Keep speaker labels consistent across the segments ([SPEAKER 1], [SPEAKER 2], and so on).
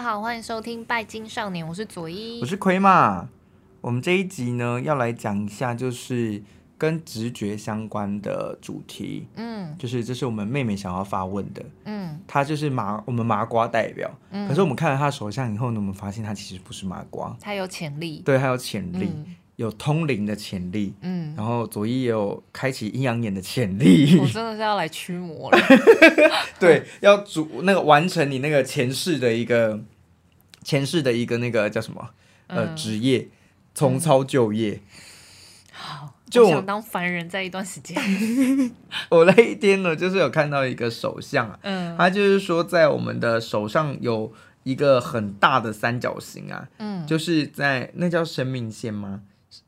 [SPEAKER 1] 好，欢迎收听《拜金少年》，我是左一
[SPEAKER 2] 我。是亏嘛。我们这一集呢，要来讲一下就是跟直觉相关的主题，
[SPEAKER 1] 嗯
[SPEAKER 2] 就是这是我们妹妹想要发问的，
[SPEAKER 1] 嗯
[SPEAKER 2] 她就是麻我们麻瓜代表。
[SPEAKER 1] 嗯，
[SPEAKER 2] 可是我们看了她的手相以后呢，我们发现她其实不是麻瓜，
[SPEAKER 1] 他有潜 力。
[SPEAKER 2] 对，她有潜力，
[SPEAKER 1] 嗯
[SPEAKER 2] 有通灵的潜力，
[SPEAKER 1] 嗯，哦
[SPEAKER 2] 然后佐伊也有开启阴阳眼的潜
[SPEAKER 1] 我
[SPEAKER 2] 力，
[SPEAKER 1] 真的是要来驱魔了。
[SPEAKER 2] 对，要主那个完成你那个前世的一个前世的一个那个叫什么呃
[SPEAKER 1] 嗯
[SPEAKER 2] 职业，重操旧业。
[SPEAKER 1] 好，
[SPEAKER 2] 就
[SPEAKER 1] 我
[SPEAKER 2] 我
[SPEAKER 1] 想当凡人，在一段时间。
[SPEAKER 2] 我那一天呢，就是有看到一个手相啊，
[SPEAKER 1] 嗯
[SPEAKER 2] 他就是说在我们的手上有一个很大的三角形啊，
[SPEAKER 1] 嗯
[SPEAKER 2] 就是在那叫生命线吗？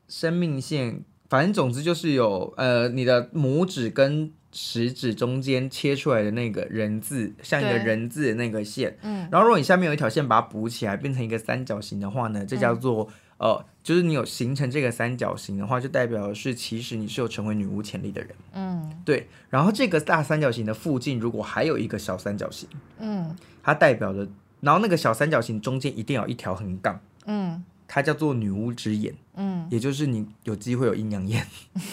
[SPEAKER 2] 生命线，反正总之就是有呃，你的拇指跟食指中间切出来的那个人字，像一个
[SPEAKER 1] 对
[SPEAKER 2] 人字的那个线。
[SPEAKER 1] 嗯
[SPEAKER 2] 然后如果你下面有一条线把它补起来，变成一个三角形的话呢，这叫做、
[SPEAKER 1] 嗯
[SPEAKER 2] 呃，就是你有形成这个三角形的话，就代表是其实你是有成为女巫潜力的人。
[SPEAKER 1] 嗯
[SPEAKER 2] 对，然后这个大三角形的附近如果还有一个小三角形，
[SPEAKER 1] 嗯
[SPEAKER 2] 它代表着，然后那个小三角形中间一定有一条横杠，
[SPEAKER 1] 嗯
[SPEAKER 2] 它叫做女巫之眼，
[SPEAKER 1] 嗯，
[SPEAKER 2] 也就是你有机会有阴阳眼，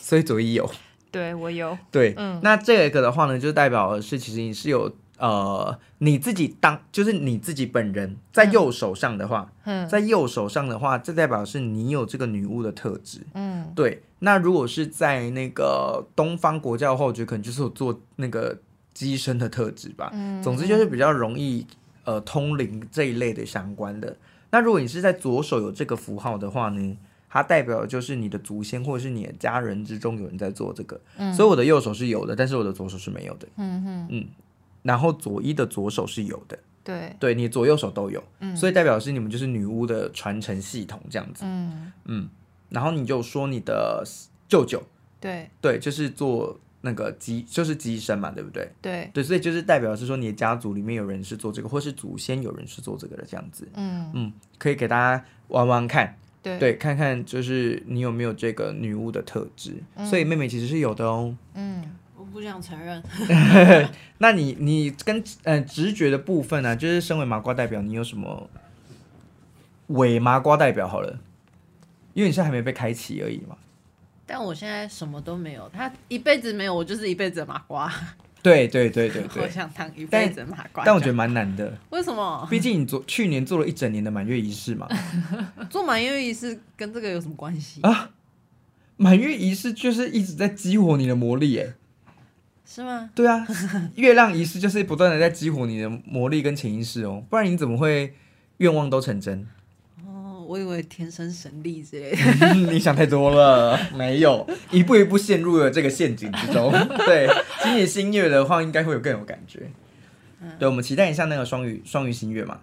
[SPEAKER 2] 所以左一有
[SPEAKER 1] 对我有。
[SPEAKER 2] 对，
[SPEAKER 1] 嗯
[SPEAKER 2] 那这个的话呢，就代表的是其实你是有呃你自己当就是你自己本人在右手上的话，
[SPEAKER 1] 嗯
[SPEAKER 2] 在右手上的话，这代表是你有这个女巫的特质，
[SPEAKER 1] 嗯
[SPEAKER 2] 对，那如果是在那个东方国教的话，我觉得可能就是有做那个机身的特质吧。
[SPEAKER 1] 嗯，
[SPEAKER 2] 总之就是比较容易呃通灵这一类的相关的。那如果你是在左手有这个符号的话呢，它代表就是你的祖先或者是你的家人之中有人在做这个。
[SPEAKER 1] 嗯
[SPEAKER 2] 所以我的右手是有的，但是我的左手是没有的。
[SPEAKER 1] 嗯嗯
[SPEAKER 2] 然后左一的左手是有的，
[SPEAKER 1] 对
[SPEAKER 2] 对你左右手都有，
[SPEAKER 1] 嗯
[SPEAKER 2] 所以代表是你们就是女巫的传承系统这样子。
[SPEAKER 1] 嗯
[SPEAKER 2] 然后你就说你的舅舅。
[SPEAKER 1] 对
[SPEAKER 2] 对，就是做那个鸡，就是鸡生嘛，对不对？
[SPEAKER 1] 对
[SPEAKER 2] 对，所以就是代表是说你的家族里面有人是做这个，或是祖先有人是做这个的这样子。
[SPEAKER 1] 嗯
[SPEAKER 2] 嗯，可以给大家玩玩看，
[SPEAKER 1] 对
[SPEAKER 2] 对，看看就是你有没有这个女巫的特质。所以妹妹其实是有的哦。
[SPEAKER 1] 嗯
[SPEAKER 3] 我不想承认，
[SPEAKER 2] 那你你跟呃直觉的部分呢、就是身为麻瓜代表，你有什么伪麻瓜代表好了？因为你是还没被开启而已嘛。
[SPEAKER 3] 但我现在什么都没有。他一辈子没有，我就是一辈子的麻瓜。
[SPEAKER 2] 对对对对
[SPEAKER 3] 我
[SPEAKER 2] 对，
[SPEAKER 3] 想当一辈子的麻瓜。
[SPEAKER 2] 但我觉得蛮难的，
[SPEAKER 3] 为什么
[SPEAKER 2] 毕竟你昨去年做了一整年的满月仪式嘛。
[SPEAKER 3] 做满月仪式跟这个有什么关系？
[SPEAKER 2] 啊满月仪式就是一直在激活你的魔力，哎，
[SPEAKER 3] 是吗？
[SPEAKER 2] 对啊，月亮仪式就是不断的在激活你的魔力跟潜意识哦，不然你怎么会愿望都成真？
[SPEAKER 3] 哦，我以为天生神力之类的。
[SPEAKER 2] 你想太多了， 没有，一步一步陷入了这个陷阱之中。 对，今年新月的话，应该会有更有感觉。对，我们期待一下那个双鱼双鱼新月嘛，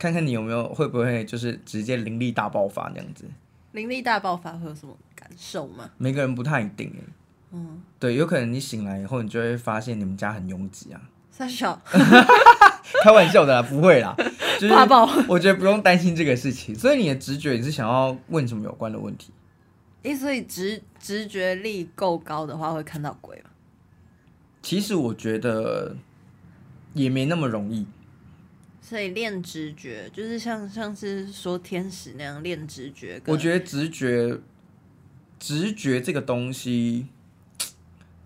[SPEAKER 2] 看看你有没有会不会就是直接灵力大爆发这样子。
[SPEAKER 3] 灵力大爆发会有什么感受吗？
[SPEAKER 2] 每个人不太一定哎，
[SPEAKER 3] 嗯，
[SPEAKER 2] 对，有可能你醒来以后，你就会发现你们家很拥挤啊。
[SPEAKER 3] 三小
[SPEAKER 2] 开玩笑的啦， 不会啦，就是
[SPEAKER 3] 怕爆。
[SPEAKER 2] 我觉得不用担心这个事情。所以你的直觉你是想要问什么有关的问题？
[SPEAKER 3] 诶，所以直直觉力够高的话会看到鬼吗？
[SPEAKER 2] 其实我觉得也没那么容易。
[SPEAKER 3] 所以练直觉就是像像是说天使那样练直觉跟。
[SPEAKER 2] 我觉得直觉，直觉这个东西，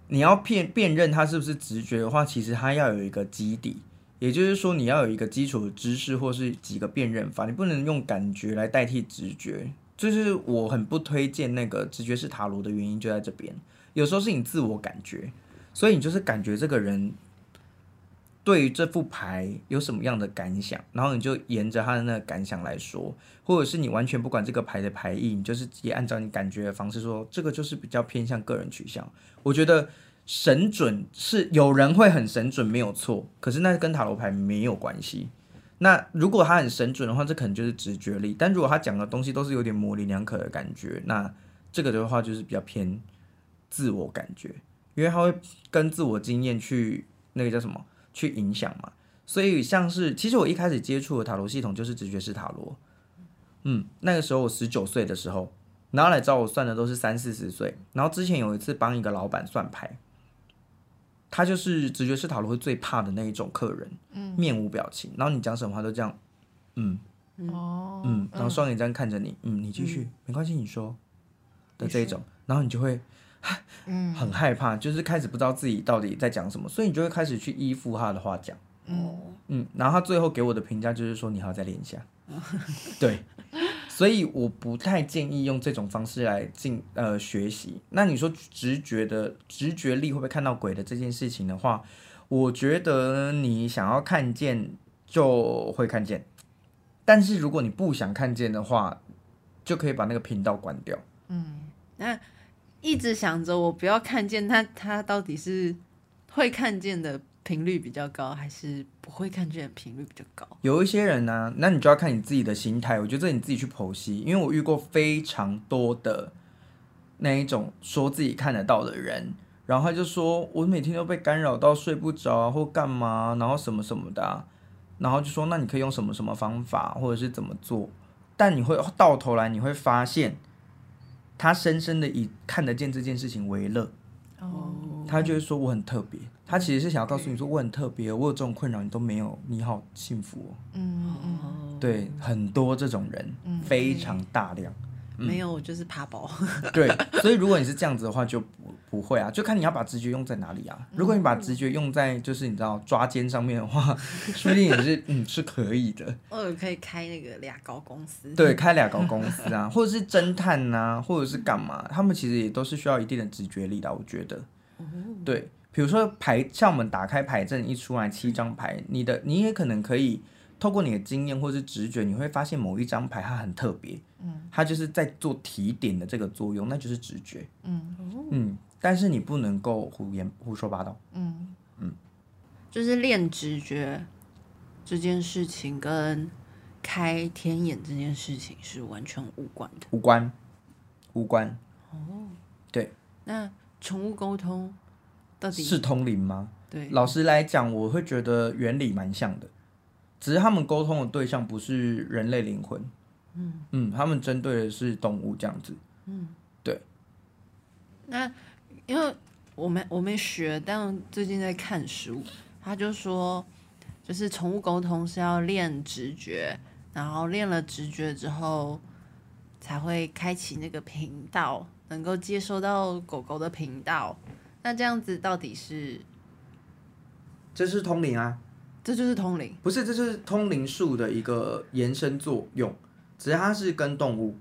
[SPEAKER 2] 你要辨辨认它是不是直觉的话，其实它要有一个基底。也就是说，你要有一个基础的知识，或是几个辨认法，你不能用感觉来代替直觉。就是我很不推荐那个直觉是塔罗的原因就在这边，有时候是你自我感觉，所以你就是感觉这个人对于这副牌有什么样的感想，然后你就沿着他的那个感想来说，或者是你完全不管这个牌的牌意，你就是直接按照你感觉的方式说，这个就是比较偏向个人取向。我觉得神准是有人会很神准没有错，可是那跟塔罗牌没有关系。那如果他很神准的话，这可能就是直觉力；但如果他讲的东西都是有点模棱两可的感觉，那这个的话就是比较偏自我感觉，因为他会跟自我经验去那个叫什么去影响嘛。所以像是其实我一开始接触的塔罗系统就是直觉式塔罗，嗯，那个时候我十九岁的时候，然后来找我算的都是三四十岁。然后之前有一次帮一个老板算牌，他嗯就是直觉式塔罗会最怕的那一种客人，面无表情，然后你讲什么他都这样，嗯
[SPEAKER 1] 哦，
[SPEAKER 2] 嗯，然后双眼这样看着你，嗯，你继续，没关系，你说的这种，然后你就会
[SPEAKER 1] 嗯
[SPEAKER 2] 很害怕，就是开始不知道自己到底在讲什么，所以你就会开始去依附他的话讲。
[SPEAKER 1] 嗯
[SPEAKER 2] 嗯，然后他最后给我的评价就是说你还要再练一下，对，所以我不太建议用这种方式来进呃学习。那你说直觉的直觉力会不会看到鬼的这件事情的话，我觉得你想要看见就会看见，但是如果你不想看见的话，就可以把那个频道关掉。
[SPEAKER 3] 那一直想着我不要看见他，他到底是会看见的频率比较高，还是不会看见的频率比较高？
[SPEAKER 2] 有一些人呢、那你就要看你自己的心态。我觉得这你自己去剖析，因为我遇过非常多的那一种说自己看得到的人，然后他就说我每天都被干扰到睡不着啊，或干嘛，然后什么什么的啊、然后就说那你可以用什么什么方法，或者是怎么做。但你会到头来你会发现，他深深的以看得见这件事情为乐。
[SPEAKER 1] 哦，
[SPEAKER 2] 他就会说我很特别，他其实是想要告诉你说我很特别，我有这种困扰你都没有，你好幸福哦。
[SPEAKER 1] 嗯嗯，
[SPEAKER 2] 对，很多这种人，非常大量。嗯
[SPEAKER 3] 没有，我就是怕饱。
[SPEAKER 2] 对，所以如果你是这样子的话，就不不会啊，就看你要把直觉用在哪里啊。如果你把直觉用在就是你知道抓奸上面的话， 说不定也是嗯是可以的。
[SPEAKER 3] 我有可以开那个俩高公司。
[SPEAKER 2] 对，开俩搞公司啊， 或者是侦探呐、或者是干嘛，他们其实也都是需要一定的直觉力的，我觉得。对，比如说牌，像我们打开牌阵一出来七张牌，你的你也可能可以透过你的经验或是直觉，你会发现某一张牌它很特别，嗯，它就是在做提点的这个作用，那就是直觉，嗯嗯，但是你不能够胡言胡说八道，
[SPEAKER 3] 就是练直觉这件事情跟开天眼这件事情是完全无关的。
[SPEAKER 2] 无关无关
[SPEAKER 3] 那宠物沟通到底
[SPEAKER 2] 是通灵吗？
[SPEAKER 3] 对
[SPEAKER 2] 老实来讲，我会觉得原理蛮像的，只是他们沟通的对象不是人类灵魂，嗯他们针对的是动物这样子。
[SPEAKER 3] 那因为我没我没学，但最近在看书，他就说，就是宠物沟通是要练直觉，然后练了直觉之后，才会开启那个频道，能够接收到狗狗的频道。那这样子到底是
[SPEAKER 2] 这是通灵啊，
[SPEAKER 3] 这就是通灵？
[SPEAKER 2] 不是，这是通灵术的一个延伸作用，只是它是跟动物，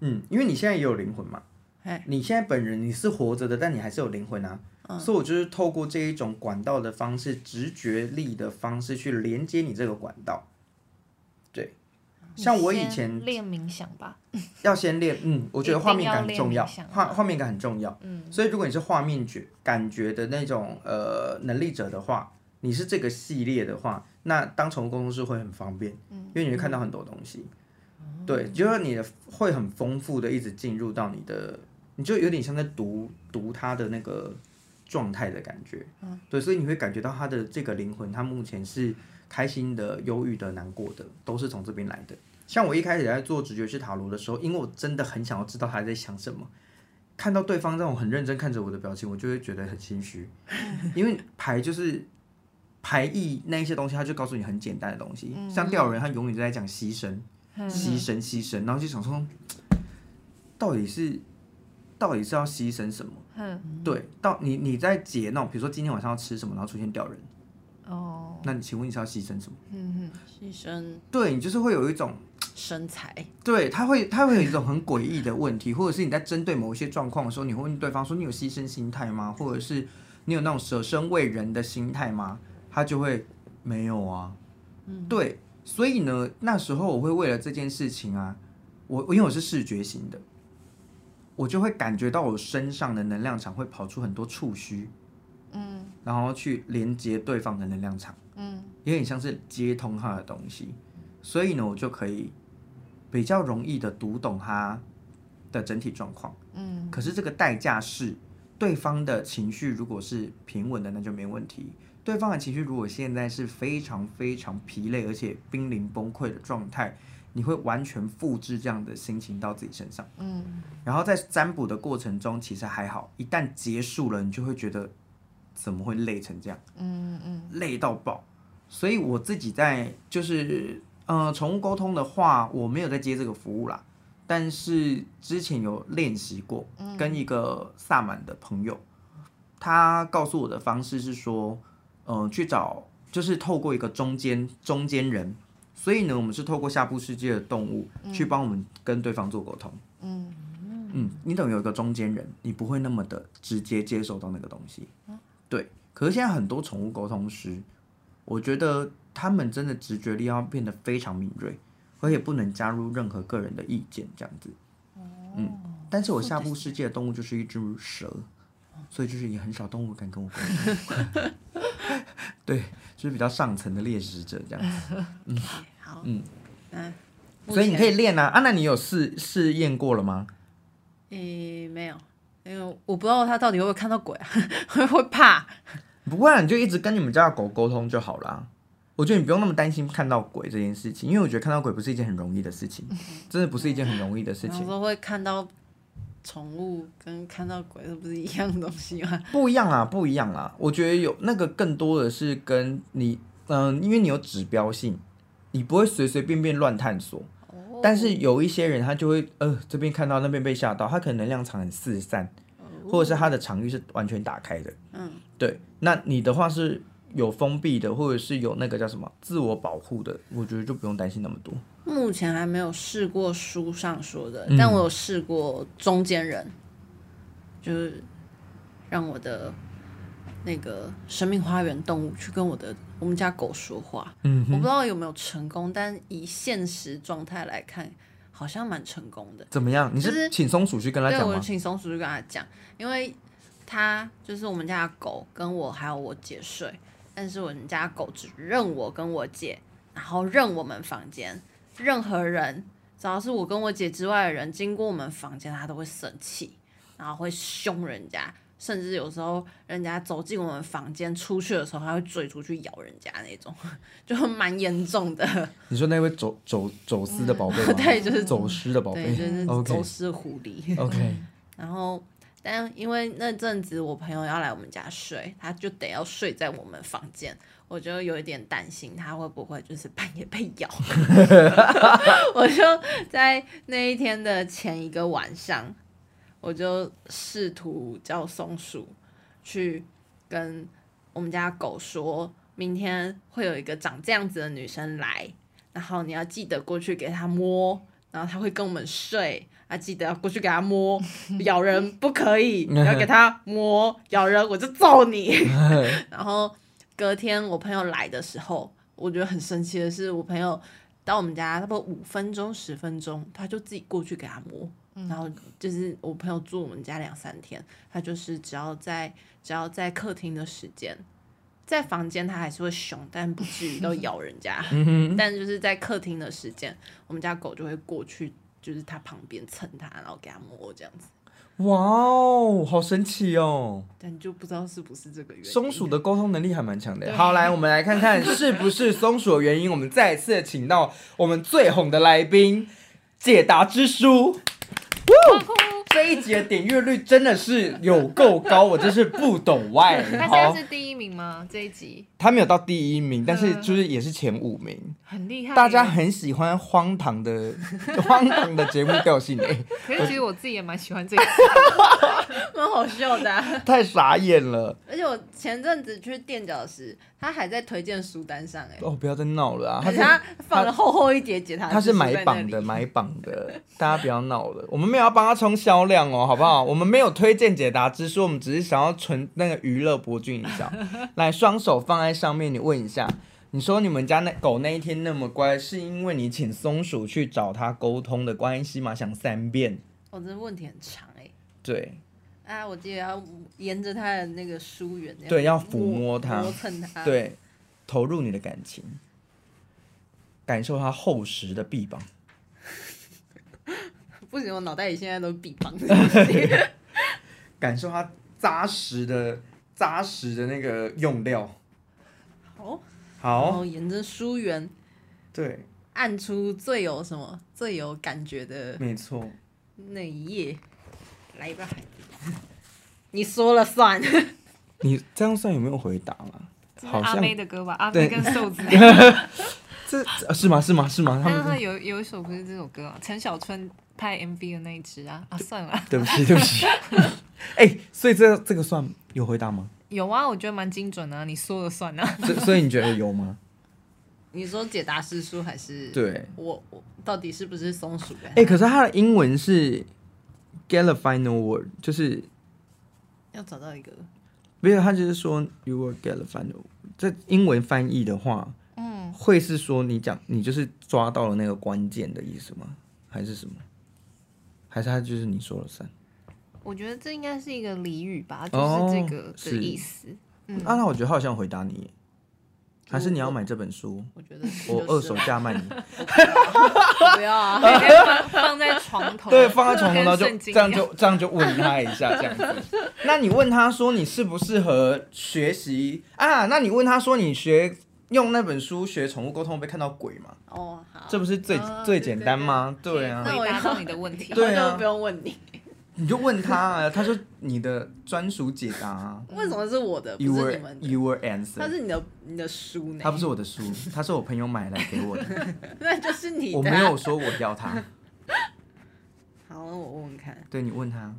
[SPEAKER 2] 嗯，因为你现在也有灵魂嘛
[SPEAKER 3] 哦嘿，嗯
[SPEAKER 2] 你现在本人你是活着的，但你还是有灵魂啊，所以我就是透过这一种管道的方式，直觉力的方式去连接你这个管道，对，
[SPEAKER 3] 哦
[SPEAKER 2] 像我以前
[SPEAKER 1] 练冥想吧，
[SPEAKER 2] 要先练，嗯，我觉得画面感很重要
[SPEAKER 1] 一定要练冥想，
[SPEAKER 2] 画画面感很重要，嗯，所以如果你是画面觉感觉的那种呃能力者的话，你是这个系列的话，那当宠物工作室会很方便，嗯，哦因为你会看到很多东西，对，就是你的会很丰富的一直进入到你的，你就有点像在读读它的那个状态的感觉，嗯，对，所以你会感觉到它的这个灵魂，它目前是开心的、忧郁的、难过的，都是从这边来的。像我一开始在做直觉式塔罗的时候，因为我真的很想要知道他在想什么，看到对方这种很认真看着我的表情，我就会觉得很 心虚，因为牌就是牌意那一些东西，他就告诉你很简单的东
[SPEAKER 1] 嗯
[SPEAKER 2] 西，像吊人，他永远就在讲牺牲、牺牲、牺
[SPEAKER 1] 嗯
[SPEAKER 2] 牲，然后就想说，到底是到底是要牺牲什么？
[SPEAKER 1] 哼，
[SPEAKER 2] 对，到你你在解那种，比如说今天晚上要吃什么，然后出现吊人，
[SPEAKER 1] 哦，
[SPEAKER 2] 那你请问你是要牺牲什么？
[SPEAKER 1] 嗯哼，
[SPEAKER 3] 牺牲
[SPEAKER 2] 对你就是会有一种。
[SPEAKER 3] 身材，
[SPEAKER 2] 对，他会他会有一种很诡异的问题，或者是你在针对某一些状况的时候，你会问对方说你有牺牲心态吗？或者是你有那种舍身为人的心态吗？他就会没有啊。对，所以呢，那时候我会为了这件事情啊，我我因为我是视觉型的，我就会感觉到我身上的能量场会跑出很多触须，嗯，然后去连接对方的能量场，嗯，有点像是接通他的东西，所以呢，我就可以比较容易的读懂他的整体状况。嗯，可是这个代价是，对方的情绪如果是平稳的，那就没问题；对方的情绪如果现在是非常非常疲累，而且濒临崩溃的状态，你会完全复制这样的心情到自己身上。嗯，然后在占卜的过程中，其实还好，一旦结束了，你就会觉得怎么会累成这样？嗯嗯，累到爆。所以我自己在就是嗯、呃，宠物沟通的话，我没有在接这个服务啦，但是之前有练习过，跟一个萨满的朋友，他告诉我的方式是说，呃，去找就是透过一个中间中间人，所以呢，我们是透过下部世界的动物去帮我们跟对方做沟通。嗯嗯，你等于有一个中间人，你不会那么的直接接受到那个东西。对，可是现在很多宠物沟通师，我觉得他们真的直觉力要变得非常敏锐，而且不能加入任何个人的意见这样子。嗯，但是我下部世界的动物就是一只蛇，所以就是也很少动物敢跟我沟通。 对，就是比较上层的猎食者这样子，
[SPEAKER 3] 好，嗯，那目
[SPEAKER 2] 所以你
[SPEAKER 3] 前
[SPEAKER 2] 可以练啊。啊，那你有试试验过了吗？
[SPEAKER 3] 诶、没有，因为我不知道他到底会不会看到鬼、啊，会不会怕。
[SPEAKER 2] 不会啊，你就一直跟你们家的狗沟通就好啦。我觉得你不用那么担心看到鬼这件事情，因为我觉得看到鬼不是一件很容易的事情，真的不是一件很容易的事
[SPEAKER 3] 然后
[SPEAKER 2] 情。
[SPEAKER 3] 说会看到宠物跟看到鬼，这不是一样东西吗？
[SPEAKER 2] 不一样啦，不一样啊啦。我觉得有那个更多的是跟你，嗯、因为你有指标性，你不会随随便便乱探索。
[SPEAKER 3] 哦
[SPEAKER 2] 但是有一些人他就会，呃，这边看到那边被吓到，他可能能量场很四散，
[SPEAKER 3] 哦
[SPEAKER 2] 或者是他的场域是完全打开的。嗯，对。那你的话是有封闭的，或者是有那个叫什么自我保护的，我觉得就不用担心那么多。
[SPEAKER 3] 目前还没有试过书上说的，
[SPEAKER 2] 嗯
[SPEAKER 3] 但我有试过中间人，就是让我的那个生命花园动物去跟我的我们家狗说话。
[SPEAKER 2] 嗯
[SPEAKER 3] 我不知道有没有成功，但以现实状态来看，好像蛮成功的。
[SPEAKER 2] 怎么样？你
[SPEAKER 3] 就是
[SPEAKER 2] 是请松鼠去跟他
[SPEAKER 3] 对，
[SPEAKER 2] 讲
[SPEAKER 3] 我
[SPEAKER 2] 吗？
[SPEAKER 3] 请松鼠就跟他讲，因为他就是我们家的狗跟我还有我姐睡，但是我们家狗只认我跟我姐，然后认我们房间，任何人只要是我跟我姐之外的人经过我们房间，他都会生气，然后会凶人家。甚至有时候，人家走进我们房间出去的时候，他会追出去咬人家那种， 就蛮严重的。
[SPEAKER 2] 你说那位走走走私的宝贝吗？
[SPEAKER 3] 对就是
[SPEAKER 2] 走失的宝
[SPEAKER 3] 对，
[SPEAKER 2] 贝。
[SPEAKER 3] 就是走
[SPEAKER 2] OK
[SPEAKER 3] 失狐狸。
[SPEAKER 2] OK，
[SPEAKER 3] 然后，但因为那阵子我朋友要来我们家睡，他就得要睡在我们房间，我就有一点担心他会不会就是半夜被咬。 我就在那一天的前一个晚上，我就试图叫松鼠去跟我们家狗说，明天会有一个长这样子的女生来，然后你要记得过去给她摸，然后她会跟我们睡，啊，记得要过去给她摸， 咬人不可以，你要给她摸，咬人我就揍 你。然后隔天我朋友来的时候，我觉得很神奇的是，我朋友到我们家差不多五分钟十分钟，他就自己过去给他摸。然后就是我朋友住我们家两三天，他就是只要在只要在客厅的时间，在房间他还是会凶，但不至于到咬人家。但就是在客厅的时间，我们家狗就会过去，就是他旁边蹭他，然后给他摸这样子。
[SPEAKER 2] 哇哦，好神奇哦！
[SPEAKER 3] 但就不知道是不是这个原因。
[SPEAKER 2] 松鼠的沟通能力还蛮强的耶。好，来我们来看看是不是松鼠的原因。我们再次请到我们最红的来宾——解答之书。这一集的点阅率真的是有够高，我真是不懂 why。
[SPEAKER 1] 他现
[SPEAKER 2] 好
[SPEAKER 1] 在，是第一名吗？这一集
[SPEAKER 2] 他没有到第一名，但是就是也是前五名。
[SPEAKER 1] 很厉害耶，
[SPEAKER 2] 大家很喜欢荒唐的荒唐的节目调性哎、
[SPEAKER 1] 可是其实我自己也蛮喜欢这 个，
[SPEAKER 3] 蛮好笑的啊、
[SPEAKER 2] 太傻眼了
[SPEAKER 3] 而且我前阵子去垫脚石，他还在推荐书单上哎、
[SPEAKER 2] 哦！不要再闹了啊！他
[SPEAKER 3] 而且
[SPEAKER 2] 是
[SPEAKER 3] 他放了厚厚一叠吉他，
[SPEAKER 2] 他是买榜的，。买榜的，大家不要闹了。我们没有要帮他冲销量哦，好不好？我们没有推荐解答之书，我们只是想要纯那个娱乐博君一笑。来，双手放在上面，你问一下，你说你们家那狗那一天那么乖，是因为你请松鼠去找它沟通的关系吗？想三遍，
[SPEAKER 3] 我、哦、这问题很长哎、
[SPEAKER 2] 对，
[SPEAKER 3] 啊，我记得要沿着他的那个书缘，
[SPEAKER 2] 对要抚摸它
[SPEAKER 3] 磨蹭他，，
[SPEAKER 2] 对，投入你的感情，感受它厚实的臂膀。
[SPEAKER 3] 不行，我脑袋里现在都比方。
[SPEAKER 2] 感受它扎实的、扎实的那个用料。
[SPEAKER 3] 好，然
[SPEAKER 2] 好，
[SPEAKER 3] 后沿着书缘
[SPEAKER 2] 对，
[SPEAKER 3] 按出最有什么最有感觉的
[SPEAKER 2] 没错。
[SPEAKER 3] 那一页，来吧，孩子， 你说了算。
[SPEAKER 2] 你这样算有没有回答啦？好
[SPEAKER 1] 阿
[SPEAKER 2] 像
[SPEAKER 1] 妹的歌吧，阿妹
[SPEAKER 2] 对
[SPEAKER 1] 跟瘦子，
[SPEAKER 2] 这呃是吗？是吗？是吗？他
[SPEAKER 1] 但是
[SPEAKER 2] 们
[SPEAKER 1] 他 有有一首不是这首歌啊，陈小春拍 MV 的那一支啊啊，算了，
[SPEAKER 2] 对不起，对不起。哎、所以这这个算有回答吗？
[SPEAKER 1] 有啊，我觉得蛮精准的啊，你说了算啊。
[SPEAKER 2] 所所以你觉得有吗？
[SPEAKER 3] 你说解答师书还 是
[SPEAKER 2] 对。
[SPEAKER 3] 我我到底是不是松鼠人？
[SPEAKER 2] 哎、可是它的英文是 get a final word，就是
[SPEAKER 3] 要找到一个
[SPEAKER 2] 没有，他就是说 you will get a final word。这英文翻译的话，嗯，会是说你讲你就是抓到了那个关键的意思吗？还是什么？还是他就是你说了算？
[SPEAKER 1] 我觉得这应该是一个俚语吧，就是这个的
[SPEAKER 2] 哦是
[SPEAKER 1] 意思。嗯
[SPEAKER 2] 啊，那我觉得他好像回答你耶，还是你要买这本书？
[SPEAKER 3] 我觉得
[SPEAKER 2] 我
[SPEAKER 3] 就
[SPEAKER 2] 二
[SPEAKER 3] 是
[SPEAKER 2] 手价卖 你，
[SPEAKER 3] 不要啊，
[SPEAKER 1] 每 天放放在床头，
[SPEAKER 2] 对，放在床头，然后
[SPEAKER 1] 跟
[SPEAKER 2] 就
[SPEAKER 1] 圣经
[SPEAKER 2] 这
[SPEAKER 1] 一
[SPEAKER 2] 样就这样就问他一下，这样子。那你问他说你适不适合学习啊？那你问他说你学用那本书学宠物沟通会看到鬼吗？
[SPEAKER 3] 哦好，
[SPEAKER 2] 这不是最
[SPEAKER 3] 啊
[SPEAKER 2] 最简单吗？
[SPEAKER 1] 对对
[SPEAKER 2] 对啊
[SPEAKER 1] 可，以
[SPEAKER 3] 那我
[SPEAKER 1] 回答
[SPEAKER 3] 要
[SPEAKER 1] 到你的问题。
[SPEAKER 2] 对啊
[SPEAKER 3] 以后就不用问你，
[SPEAKER 2] 你就问他啊，他说你的专属解答啊
[SPEAKER 3] 为什么是我 的，不
[SPEAKER 2] ，your
[SPEAKER 3] 是你们的？
[SPEAKER 2] your
[SPEAKER 3] 它
[SPEAKER 2] answer。
[SPEAKER 3] 是你的你的书呢？
[SPEAKER 2] 他不是我的书，他是我朋友买来给我的，
[SPEAKER 3] 那就是 你的啊。
[SPEAKER 2] 我没有说我要它。
[SPEAKER 3] 好，那我问问看。
[SPEAKER 2] 对你问他，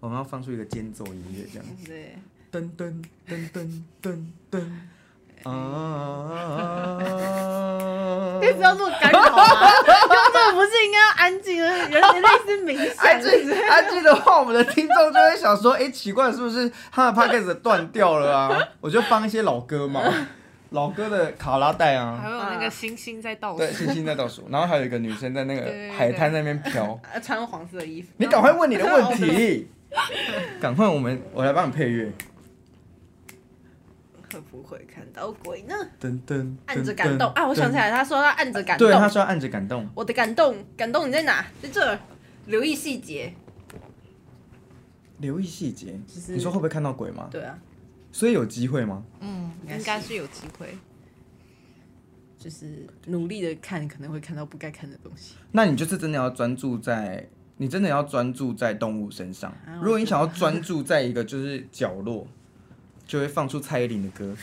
[SPEAKER 2] 我们要放出一个间奏音乐这样。
[SPEAKER 3] 对，
[SPEAKER 2] 噔噔噔噔噔噔啊！
[SPEAKER 3] 可以不要这么干扰吗？ 刚这不是应该要安静的，有点类似冥
[SPEAKER 2] 安
[SPEAKER 3] 想，
[SPEAKER 2] 静安静的话，我们的听众就会想说：哎、奇怪，是不是他的 p o d c a s t 断掉了啊？我就放一些老歌嘛，老歌的卡拉带
[SPEAKER 1] 还
[SPEAKER 2] 啊，
[SPEAKER 1] 有那个星星在倒数
[SPEAKER 2] 对，，星星在倒数，然后还有一个女生在那
[SPEAKER 1] 对对
[SPEAKER 2] 个
[SPEAKER 1] 对
[SPEAKER 2] 海滩那边飘。
[SPEAKER 3] 啊穿黄色的衣服。
[SPEAKER 2] 你赶快问你的问题，赶快，我们我来帮你配乐。
[SPEAKER 3] 会不会看到鬼呢？
[SPEAKER 2] 噔噔，
[SPEAKER 3] 按着感动啊！我想起来，他说他按着感动
[SPEAKER 2] 对，，他说要按着感动。
[SPEAKER 3] 我的感动，感动你在哪？在这儿，留意细节。
[SPEAKER 2] 留意细节，
[SPEAKER 3] 就是
[SPEAKER 2] 你说会不会看到鬼吗？
[SPEAKER 3] 对啊，
[SPEAKER 2] 所以有机会吗？
[SPEAKER 1] 嗯，应该是有机会。
[SPEAKER 3] 就是努力的看，可能会看到不该看的东西。
[SPEAKER 2] 那你就是真的要专注在，你真的要专注在动物身上
[SPEAKER 3] 啊。
[SPEAKER 2] 如果你想要专注在一个就是角落，就会放出蔡依林的 歌。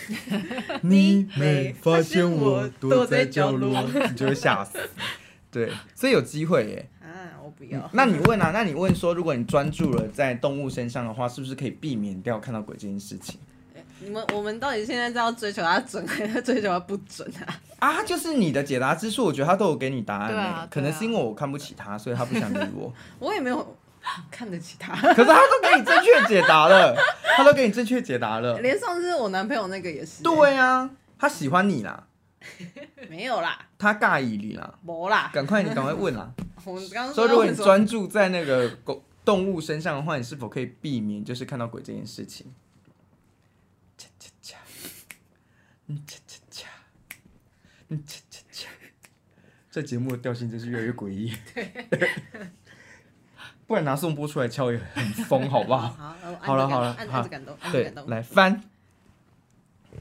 [SPEAKER 2] 你没发现我躲在角落，你就会吓 死。对，所以有机会耶。
[SPEAKER 3] 啊，我不要。
[SPEAKER 2] 那你问啊，那你问说，如果你专注了在动物身上的话，是不是可以避免掉看到鬼这件事情
[SPEAKER 3] 你们我们到底现在是要追求它准，还是 追求它不准啊？
[SPEAKER 2] 啊？就是你的解答之术，我觉得他都有给你答案耶、欸
[SPEAKER 1] 对啊
[SPEAKER 2] 可能是
[SPEAKER 1] 对啊
[SPEAKER 2] 因为我看不起他，所以他不想理我。
[SPEAKER 3] 我也没有看得起 它。
[SPEAKER 2] 可是他都给你正确解答了，他都给你正确解答 了。
[SPEAKER 3] 连上次我男朋友那个也是、
[SPEAKER 2] 对啊，他喜欢你啦，
[SPEAKER 3] 没有啦，
[SPEAKER 2] 他尬意你啦，
[SPEAKER 3] 没啦。
[SPEAKER 2] 赶快你赶快问啦。
[SPEAKER 3] 我们刚刚
[SPEAKER 2] 所以如果你
[SPEAKER 3] 说
[SPEAKER 2] 专注在那个狗动物身上的话，你是否可以避免就是看到鬼这件事情？恰恰恰，嗯恰恰恰，嗯恰恰恰，这节目的调性真是越来越诡异。 不然拿宋波出来敲也很疯，好不
[SPEAKER 3] 好
[SPEAKER 2] 好？
[SPEAKER 3] 好
[SPEAKER 2] 好了好了
[SPEAKER 3] 按
[SPEAKER 2] 好
[SPEAKER 3] 按着感动，按着
[SPEAKER 2] 对
[SPEAKER 3] 感，动，
[SPEAKER 2] 来翻。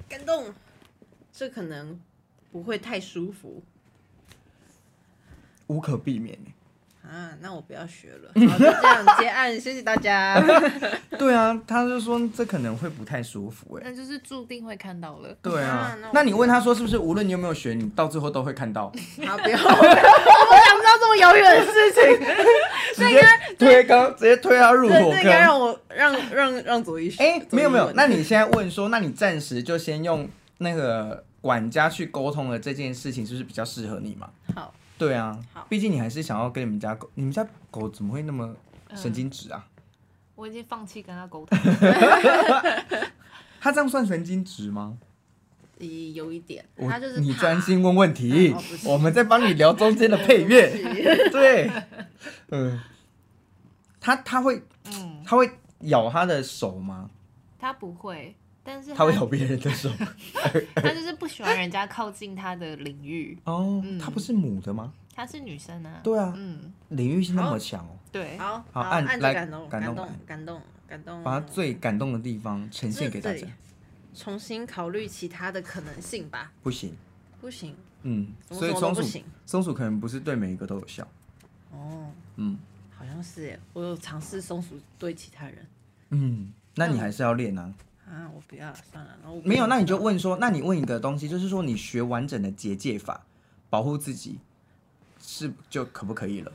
[SPEAKER 3] 感动。这可能不会太舒服
[SPEAKER 2] 无可避免。
[SPEAKER 3] 啊，那我不要学 了。好，就这样结案，谢谢大家。
[SPEAKER 2] 对啊，他就说这可能会不太舒服哎、
[SPEAKER 1] 那就是注定会看到了。
[SPEAKER 2] 对啊
[SPEAKER 3] 啊那，我
[SPEAKER 2] 那你问他说是不是无论你有没有学，你到最后都会看到，
[SPEAKER 3] 好，不要，我不想知道这么遥远的事情。
[SPEAKER 2] 直接推刚直接推他入
[SPEAKER 3] 这
[SPEAKER 2] 火
[SPEAKER 3] 这应
[SPEAKER 2] 坑。
[SPEAKER 3] 该让我让让让左一学。
[SPEAKER 2] 哎、没有没有，那
[SPEAKER 3] 你
[SPEAKER 2] 你现在问说，那你暂时就先用那个管家去沟通了这件事情，是不是比较适合你嘛？
[SPEAKER 3] 好，
[SPEAKER 2] 对啊
[SPEAKER 3] 好，
[SPEAKER 2] 毕竟你还是想要跟你们家狗，你们家狗怎么会那么神经质
[SPEAKER 3] 嗯
[SPEAKER 2] 啊？
[SPEAKER 1] 我已经放弃跟他沟 通了，
[SPEAKER 2] 它这样算神经质吗？
[SPEAKER 3] 咦有一点，
[SPEAKER 2] 我
[SPEAKER 3] 他就是
[SPEAKER 2] 你
[SPEAKER 3] 怕
[SPEAKER 2] 专心问问题
[SPEAKER 3] 嗯哦不，是
[SPEAKER 2] 我们在帮你聊中间的配乐。
[SPEAKER 3] 是
[SPEAKER 2] 对，嗯，他他会
[SPEAKER 1] 嗯，
[SPEAKER 2] 他会咬他的手吗？
[SPEAKER 1] 他不会，但是
[SPEAKER 2] 他会咬别人的手？
[SPEAKER 3] 嗯
[SPEAKER 1] 他就是不喜欢人家靠近他的领域。
[SPEAKER 2] 哦，
[SPEAKER 1] 嗯
[SPEAKER 2] 他不是母的吗？
[SPEAKER 1] 她是女生啊，
[SPEAKER 2] 对啊，
[SPEAKER 1] 嗯，
[SPEAKER 2] 领域性那么强哦，
[SPEAKER 1] 对，
[SPEAKER 3] 好
[SPEAKER 2] 好按
[SPEAKER 3] 按着
[SPEAKER 2] 来
[SPEAKER 3] 感动
[SPEAKER 2] 感
[SPEAKER 3] 感
[SPEAKER 2] 动哎
[SPEAKER 3] 动感动感动，
[SPEAKER 2] 把他最感动的地
[SPEAKER 3] 嗯
[SPEAKER 2] 方呈现给大
[SPEAKER 3] 这
[SPEAKER 2] 家
[SPEAKER 3] 里。重新考虑其他的可能性吧。
[SPEAKER 2] 不行，
[SPEAKER 3] 不行，
[SPEAKER 2] 嗯，
[SPEAKER 3] 怎么
[SPEAKER 2] 所以
[SPEAKER 3] 怎么都
[SPEAKER 2] 松
[SPEAKER 3] 不
[SPEAKER 2] 鼠
[SPEAKER 3] 行。
[SPEAKER 2] 松鼠可能不是对每一个都有效。
[SPEAKER 3] 哦，
[SPEAKER 2] 嗯
[SPEAKER 3] 好像是耶。我有尝试松鼠对其他人
[SPEAKER 2] 嗯，那你还是要练啊。
[SPEAKER 3] 啊，我
[SPEAKER 2] 嗯
[SPEAKER 3] 不要算了。然后我不
[SPEAKER 2] 没有，
[SPEAKER 3] 要
[SPEAKER 2] 那你就问说，那你问一个东西，就是说你学完整的结界法，保护自己，是就可不可以了？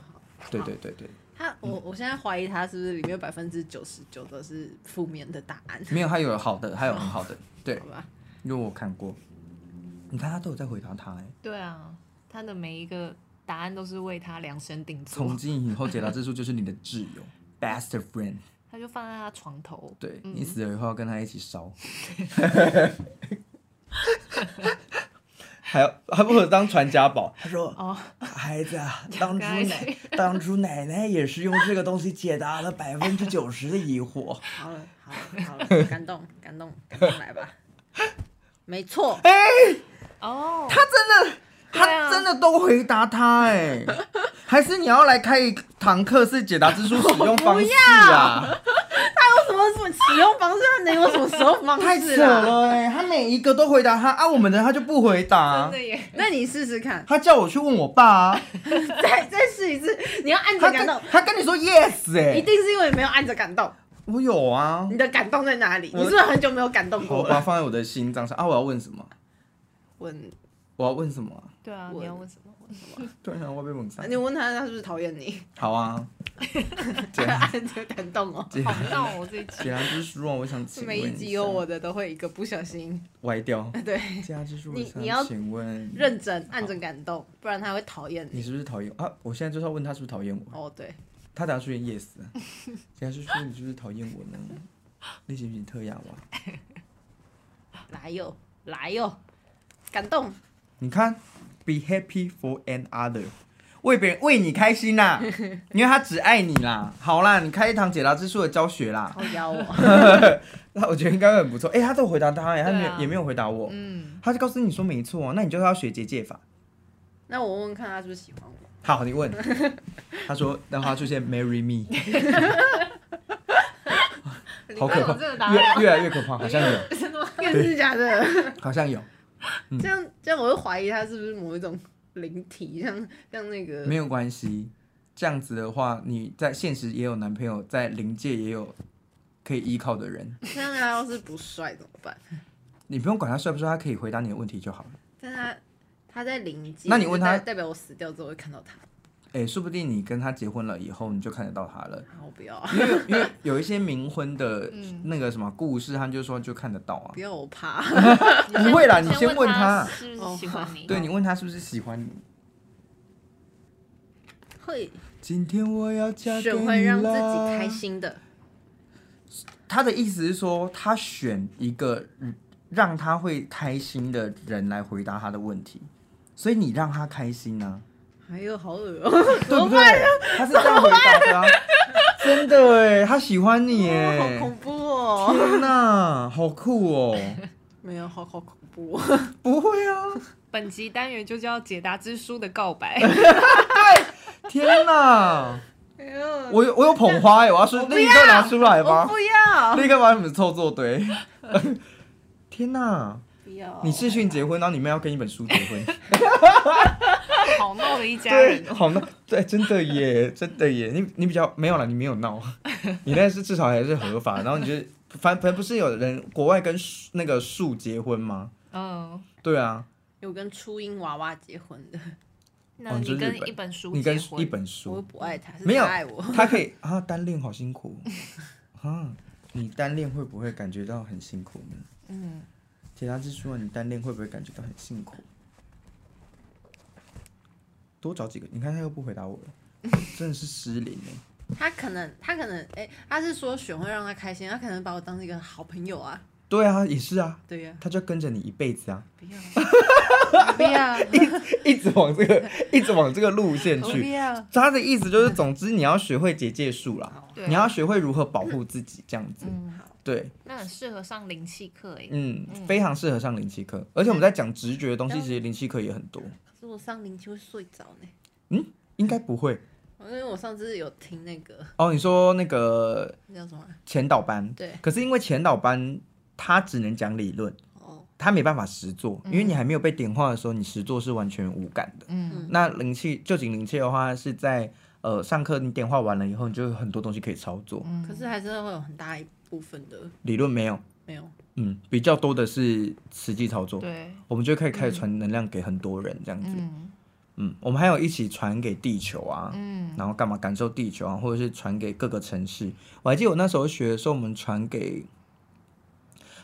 [SPEAKER 2] 对对对对，
[SPEAKER 3] 他我我现在怀疑他是不是里面有百分之九十九都是负面的答案，
[SPEAKER 2] 没有，还有好 的，还有很好的，对
[SPEAKER 3] 好，吧？
[SPEAKER 2] 因为我看过，你看他都有在回答他、欸，
[SPEAKER 1] 对啊，他的每一个答案都是为他量身定
[SPEAKER 2] 从
[SPEAKER 1] 做，
[SPEAKER 2] 今以后 解答之术就是你的挚友，best friend，
[SPEAKER 1] 他就放在他床头。
[SPEAKER 2] 对、你死了以后要跟他一起烧，还要还不可当传家宝，他说
[SPEAKER 1] 哦，
[SPEAKER 2] 孩子 啊，当
[SPEAKER 1] 刚
[SPEAKER 2] 初
[SPEAKER 1] 才
[SPEAKER 2] 奶当初奶奶也是用这个东西解答了百分之九十的疑惑。
[SPEAKER 3] 好了好了好了， 感动感动感动来 吧，没 错，
[SPEAKER 2] 哎、
[SPEAKER 1] 哦，
[SPEAKER 2] 他真的，
[SPEAKER 1] 对啊
[SPEAKER 2] 他真的都回答他 哎、还是你要来开一堂课是解答之书使用方式啊？
[SPEAKER 3] 他有什么什么使用方式？他能有什么使用方
[SPEAKER 2] 太扯
[SPEAKER 3] 式啊啦？
[SPEAKER 2] 了哎、他每一个都回答他啊，我们的他就不回答、
[SPEAKER 1] 真的耶，
[SPEAKER 3] 那你试试看，
[SPEAKER 2] 他叫我去问我爸、啊，
[SPEAKER 3] 再再试一次，你要按
[SPEAKER 2] 他
[SPEAKER 3] 着感
[SPEAKER 2] 跟
[SPEAKER 3] 动，
[SPEAKER 2] 他跟你说 yes 哎、
[SPEAKER 3] 一定是因为你没有按着感动，
[SPEAKER 2] 我有啊
[SPEAKER 3] 你，的感动在哪里？你
[SPEAKER 2] 我
[SPEAKER 3] 是不是很久没有感动
[SPEAKER 2] 好，我
[SPEAKER 3] 过
[SPEAKER 2] 把它
[SPEAKER 3] 了？
[SPEAKER 2] 放在我的心脏上啊。我要问什么？
[SPEAKER 3] 问
[SPEAKER 2] 我要问什么啊？
[SPEAKER 1] 对啊，
[SPEAKER 3] 我
[SPEAKER 1] 你要问 什么？
[SPEAKER 2] 突然想我要被蒙上
[SPEAKER 3] 啊你，问他他是不是讨厌你？
[SPEAKER 2] 好啊， 解答
[SPEAKER 3] 按着感动哦。
[SPEAKER 2] 解
[SPEAKER 1] 好闹哦，这一集
[SPEAKER 2] 解答之书啊，我想请问
[SPEAKER 3] 每
[SPEAKER 2] 一
[SPEAKER 3] 一集有我的都会一个不小心，
[SPEAKER 2] 下歪掉。
[SPEAKER 3] 对，
[SPEAKER 2] 解答之书，
[SPEAKER 3] 你
[SPEAKER 2] 我想
[SPEAKER 3] 你要
[SPEAKER 2] 请问
[SPEAKER 3] 认真按着感动，不然他会讨厌
[SPEAKER 2] 你
[SPEAKER 3] 你。
[SPEAKER 2] 是不是讨厌啊？我现在就是要问他是不是讨厌我，
[SPEAKER 3] 哦，对，
[SPEAKER 2] 他答出言 yes，解 答之书你是不是讨厌我呢？你行不行特雅娃？
[SPEAKER 3] 来哟来哟，感动，
[SPEAKER 2] 你看，be happy for an other，为别人为你开 心啦，因为他只爱你啦。好啦，你开一堂解答之书的教学啦，
[SPEAKER 3] 好哦邀我。
[SPEAKER 2] 那我觉得应该会很不错。哎、他都有回答他、哎，他没有、
[SPEAKER 1] 对啊
[SPEAKER 2] 也没有回答我，
[SPEAKER 1] 嗯，
[SPEAKER 2] 他就告诉你说没错啊，那你就是要学结界法。
[SPEAKER 3] 那我问问看他是不是喜欢我？
[SPEAKER 2] 好，你问。他说让他出现 marry me，好可
[SPEAKER 1] 你问我这个答
[SPEAKER 2] 怕，
[SPEAKER 1] 案
[SPEAKER 2] 越越来越可怕，好像有，
[SPEAKER 1] 真的吗？
[SPEAKER 3] 真的假的？
[SPEAKER 2] 好像有，
[SPEAKER 3] 这样这样，我会怀疑他是不是某一种灵体，像像那个
[SPEAKER 2] 没有关系。这样子的话，你在现实也有男朋友，在灵界也有可以依靠的人，
[SPEAKER 3] 像他要是不帅怎么办？
[SPEAKER 2] 你不用管他帅不帅，他可以回答你的问题就好了。
[SPEAKER 3] 但他他在灵界，
[SPEAKER 2] 那你问他
[SPEAKER 3] 就代代表我死掉之后会看到他？
[SPEAKER 2] 哎、说不定你跟他结婚了以后，你就看得到他了。
[SPEAKER 3] 啊，我不要 啊，
[SPEAKER 2] 因为因为有一些冥婚的
[SPEAKER 1] 嗯
[SPEAKER 2] 那个什么故事，他们就说就看得到啊
[SPEAKER 3] 不。要我怕。
[SPEAKER 2] 不会 啦你先问
[SPEAKER 1] 问
[SPEAKER 2] 他
[SPEAKER 1] 是不是喜欢你。
[SPEAKER 2] 对你问他是不是喜欢你，
[SPEAKER 3] 会
[SPEAKER 2] 今天我要嫁给
[SPEAKER 3] 选
[SPEAKER 2] 你
[SPEAKER 3] 会让自己
[SPEAKER 2] 啦
[SPEAKER 3] 开心的，
[SPEAKER 2] 他的意思是说，他选一个让他会开心的人来回答他的问题，所以你让他开心啊，
[SPEAKER 3] 哎呦，好恶哦、
[SPEAKER 2] 对不对？他是这样回答的、啊，真的哎，他喜欢你
[SPEAKER 3] 好
[SPEAKER 2] 哎，
[SPEAKER 3] 恐怖 哦、
[SPEAKER 2] 天哪，好酷哦！
[SPEAKER 3] 没有，好好恐怖、哦。
[SPEAKER 2] 不会啊，
[SPEAKER 1] 本集单元就叫解答之书的告 白，
[SPEAKER 2] 天哪，
[SPEAKER 3] 哎呦，
[SPEAKER 2] 我有我有捧花哎，我要说立刻拿出来
[SPEAKER 3] 我
[SPEAKER 2] 吧
[SPEAKER 3] 不，要，
[SPEAKER 2] 立刻把你们凑作堆。 天哪，
[SPEAKER 3] 不要。
[SPEAKER 2] 你视讯结婚，然后你们要跟一本书结婚。
[SPEAKER 1] 好闹的一家人
[SPEAKER 2] 对，。好闹，对，真的耶，真的耶，你你比较没有了，你没有闹， 你那是至少还是合法，然后你就反反正不是有人国外跟树那个树结婚吗？
[SPEAKER 1] 嗯，
[SPEAKER 2] 对啊，
[SPEAKER 3] 有跟初音娃娃结婚的，
[SPEAKER 1] 那
[SPEAKER 2] 哦你
[SPEAKER 1] 你
[SPEAKER 2] 就是
[SPEAKER 1] 跟
[SPEAKER 2] 日本
[SPEAKER 1] 一本书
[SPEAKER 2] 你跟
[SPEAKER 1] 结婚
[SPEAKER 2] 一本
[SPEAKER 3] 我又
[SPEAKER 2] 书，
[SPEAKER 3] 不爱他，是
[SPEAKER 2] 没有
[SPEAKER 3] 他爱我。
[SPEAKER 2] 他可以啊，单恋好辛 苦啊，你单恋会不会感觉到很辛苦呢？
[SPEAKER 1] 嗯，
[SPEAKER 2] 解答之书啊，你单恋会不会感觉到很辛苦？多找几个，你看他又不回答我了， 真的是失灵哎。
[SPEAKER 3] 他可能，他可能，哎、他是说选会让他开心，他可能把我当成一个好朋友啊。
[SPEAKER 2] 对啊，也是啊，
[SPEAKER 3] 对 呀、
[SPEAKER 2] 他就跟着你一辈子啊。
[SPEAKER 3] 不要，不要，
[SPEAKER 2] 一直往这 个，一直往这个路线
[SPEAKER 3] 不
[SPEAKER 2] 去。
[SPEAKER 3] 要。
[SPEAKER 2] 他的意思就是，总之你要学会结界术啦，
[SPEAKER 3] 好
[SPEAKER 1] 对，
[SPEAKER 2] 你要学会如何保护自己，这样子。
[SPEAKER 1] 嗯，
[SPEAKER 2] 对，
[SPEAKER 1] 那很适合上灵气课诶。
[SPEAKER 2] 嗯，
[SPEAKER 1] 嗯
[SPEAKER 2] 非常适合上灵气课。而且我们在讲直觉的东西，其实灵气课也很多。
[SPEAKER 3] 可是我上灵就会睡着呢，
[SPEAKER 2] 应该不会
[SPEAKER 3] 因为我上次有听那个
[SPEAKER 2] 哦。你说那个
[SPEAKER 3] 那叫什么啊？
[SPEAKER 2] 前导班，
[SPEAKER 3] 对，
[SPEAKER 2] 可是因为前导班他只能讲理论，
[SPEAKER 3] 哦，
[SPEAKER 2] 他没办法实做，因为你还没有被点化的时候，你实做是完全无感的。
[SPEAKER 1] 嗯，
[SPEAKER 2] 那灵气就仅灵气的话，是在呃上课你点化完了以后，你就有很多东西可以操作。
[SPEAKER 3] 可是还是会有很大一部分的
[SPEAKER 2] 理论没有，
[SPEAKER 3] 没有。
[SPEAKER 2] 嗯，比较多的是实际操作，
[SPEAKER 1] 对，
[SPEAKER 2] 我们就可以开始传能量给很多人这样子。
[SPEAKER 1] 嗯，
[SPEAKER 2] 嗯，我们还有一起传给地球啊，嗯，然后干嘛感受地球啊，或者是传给各个城市。我还记得我那时候学的时候，我们传给，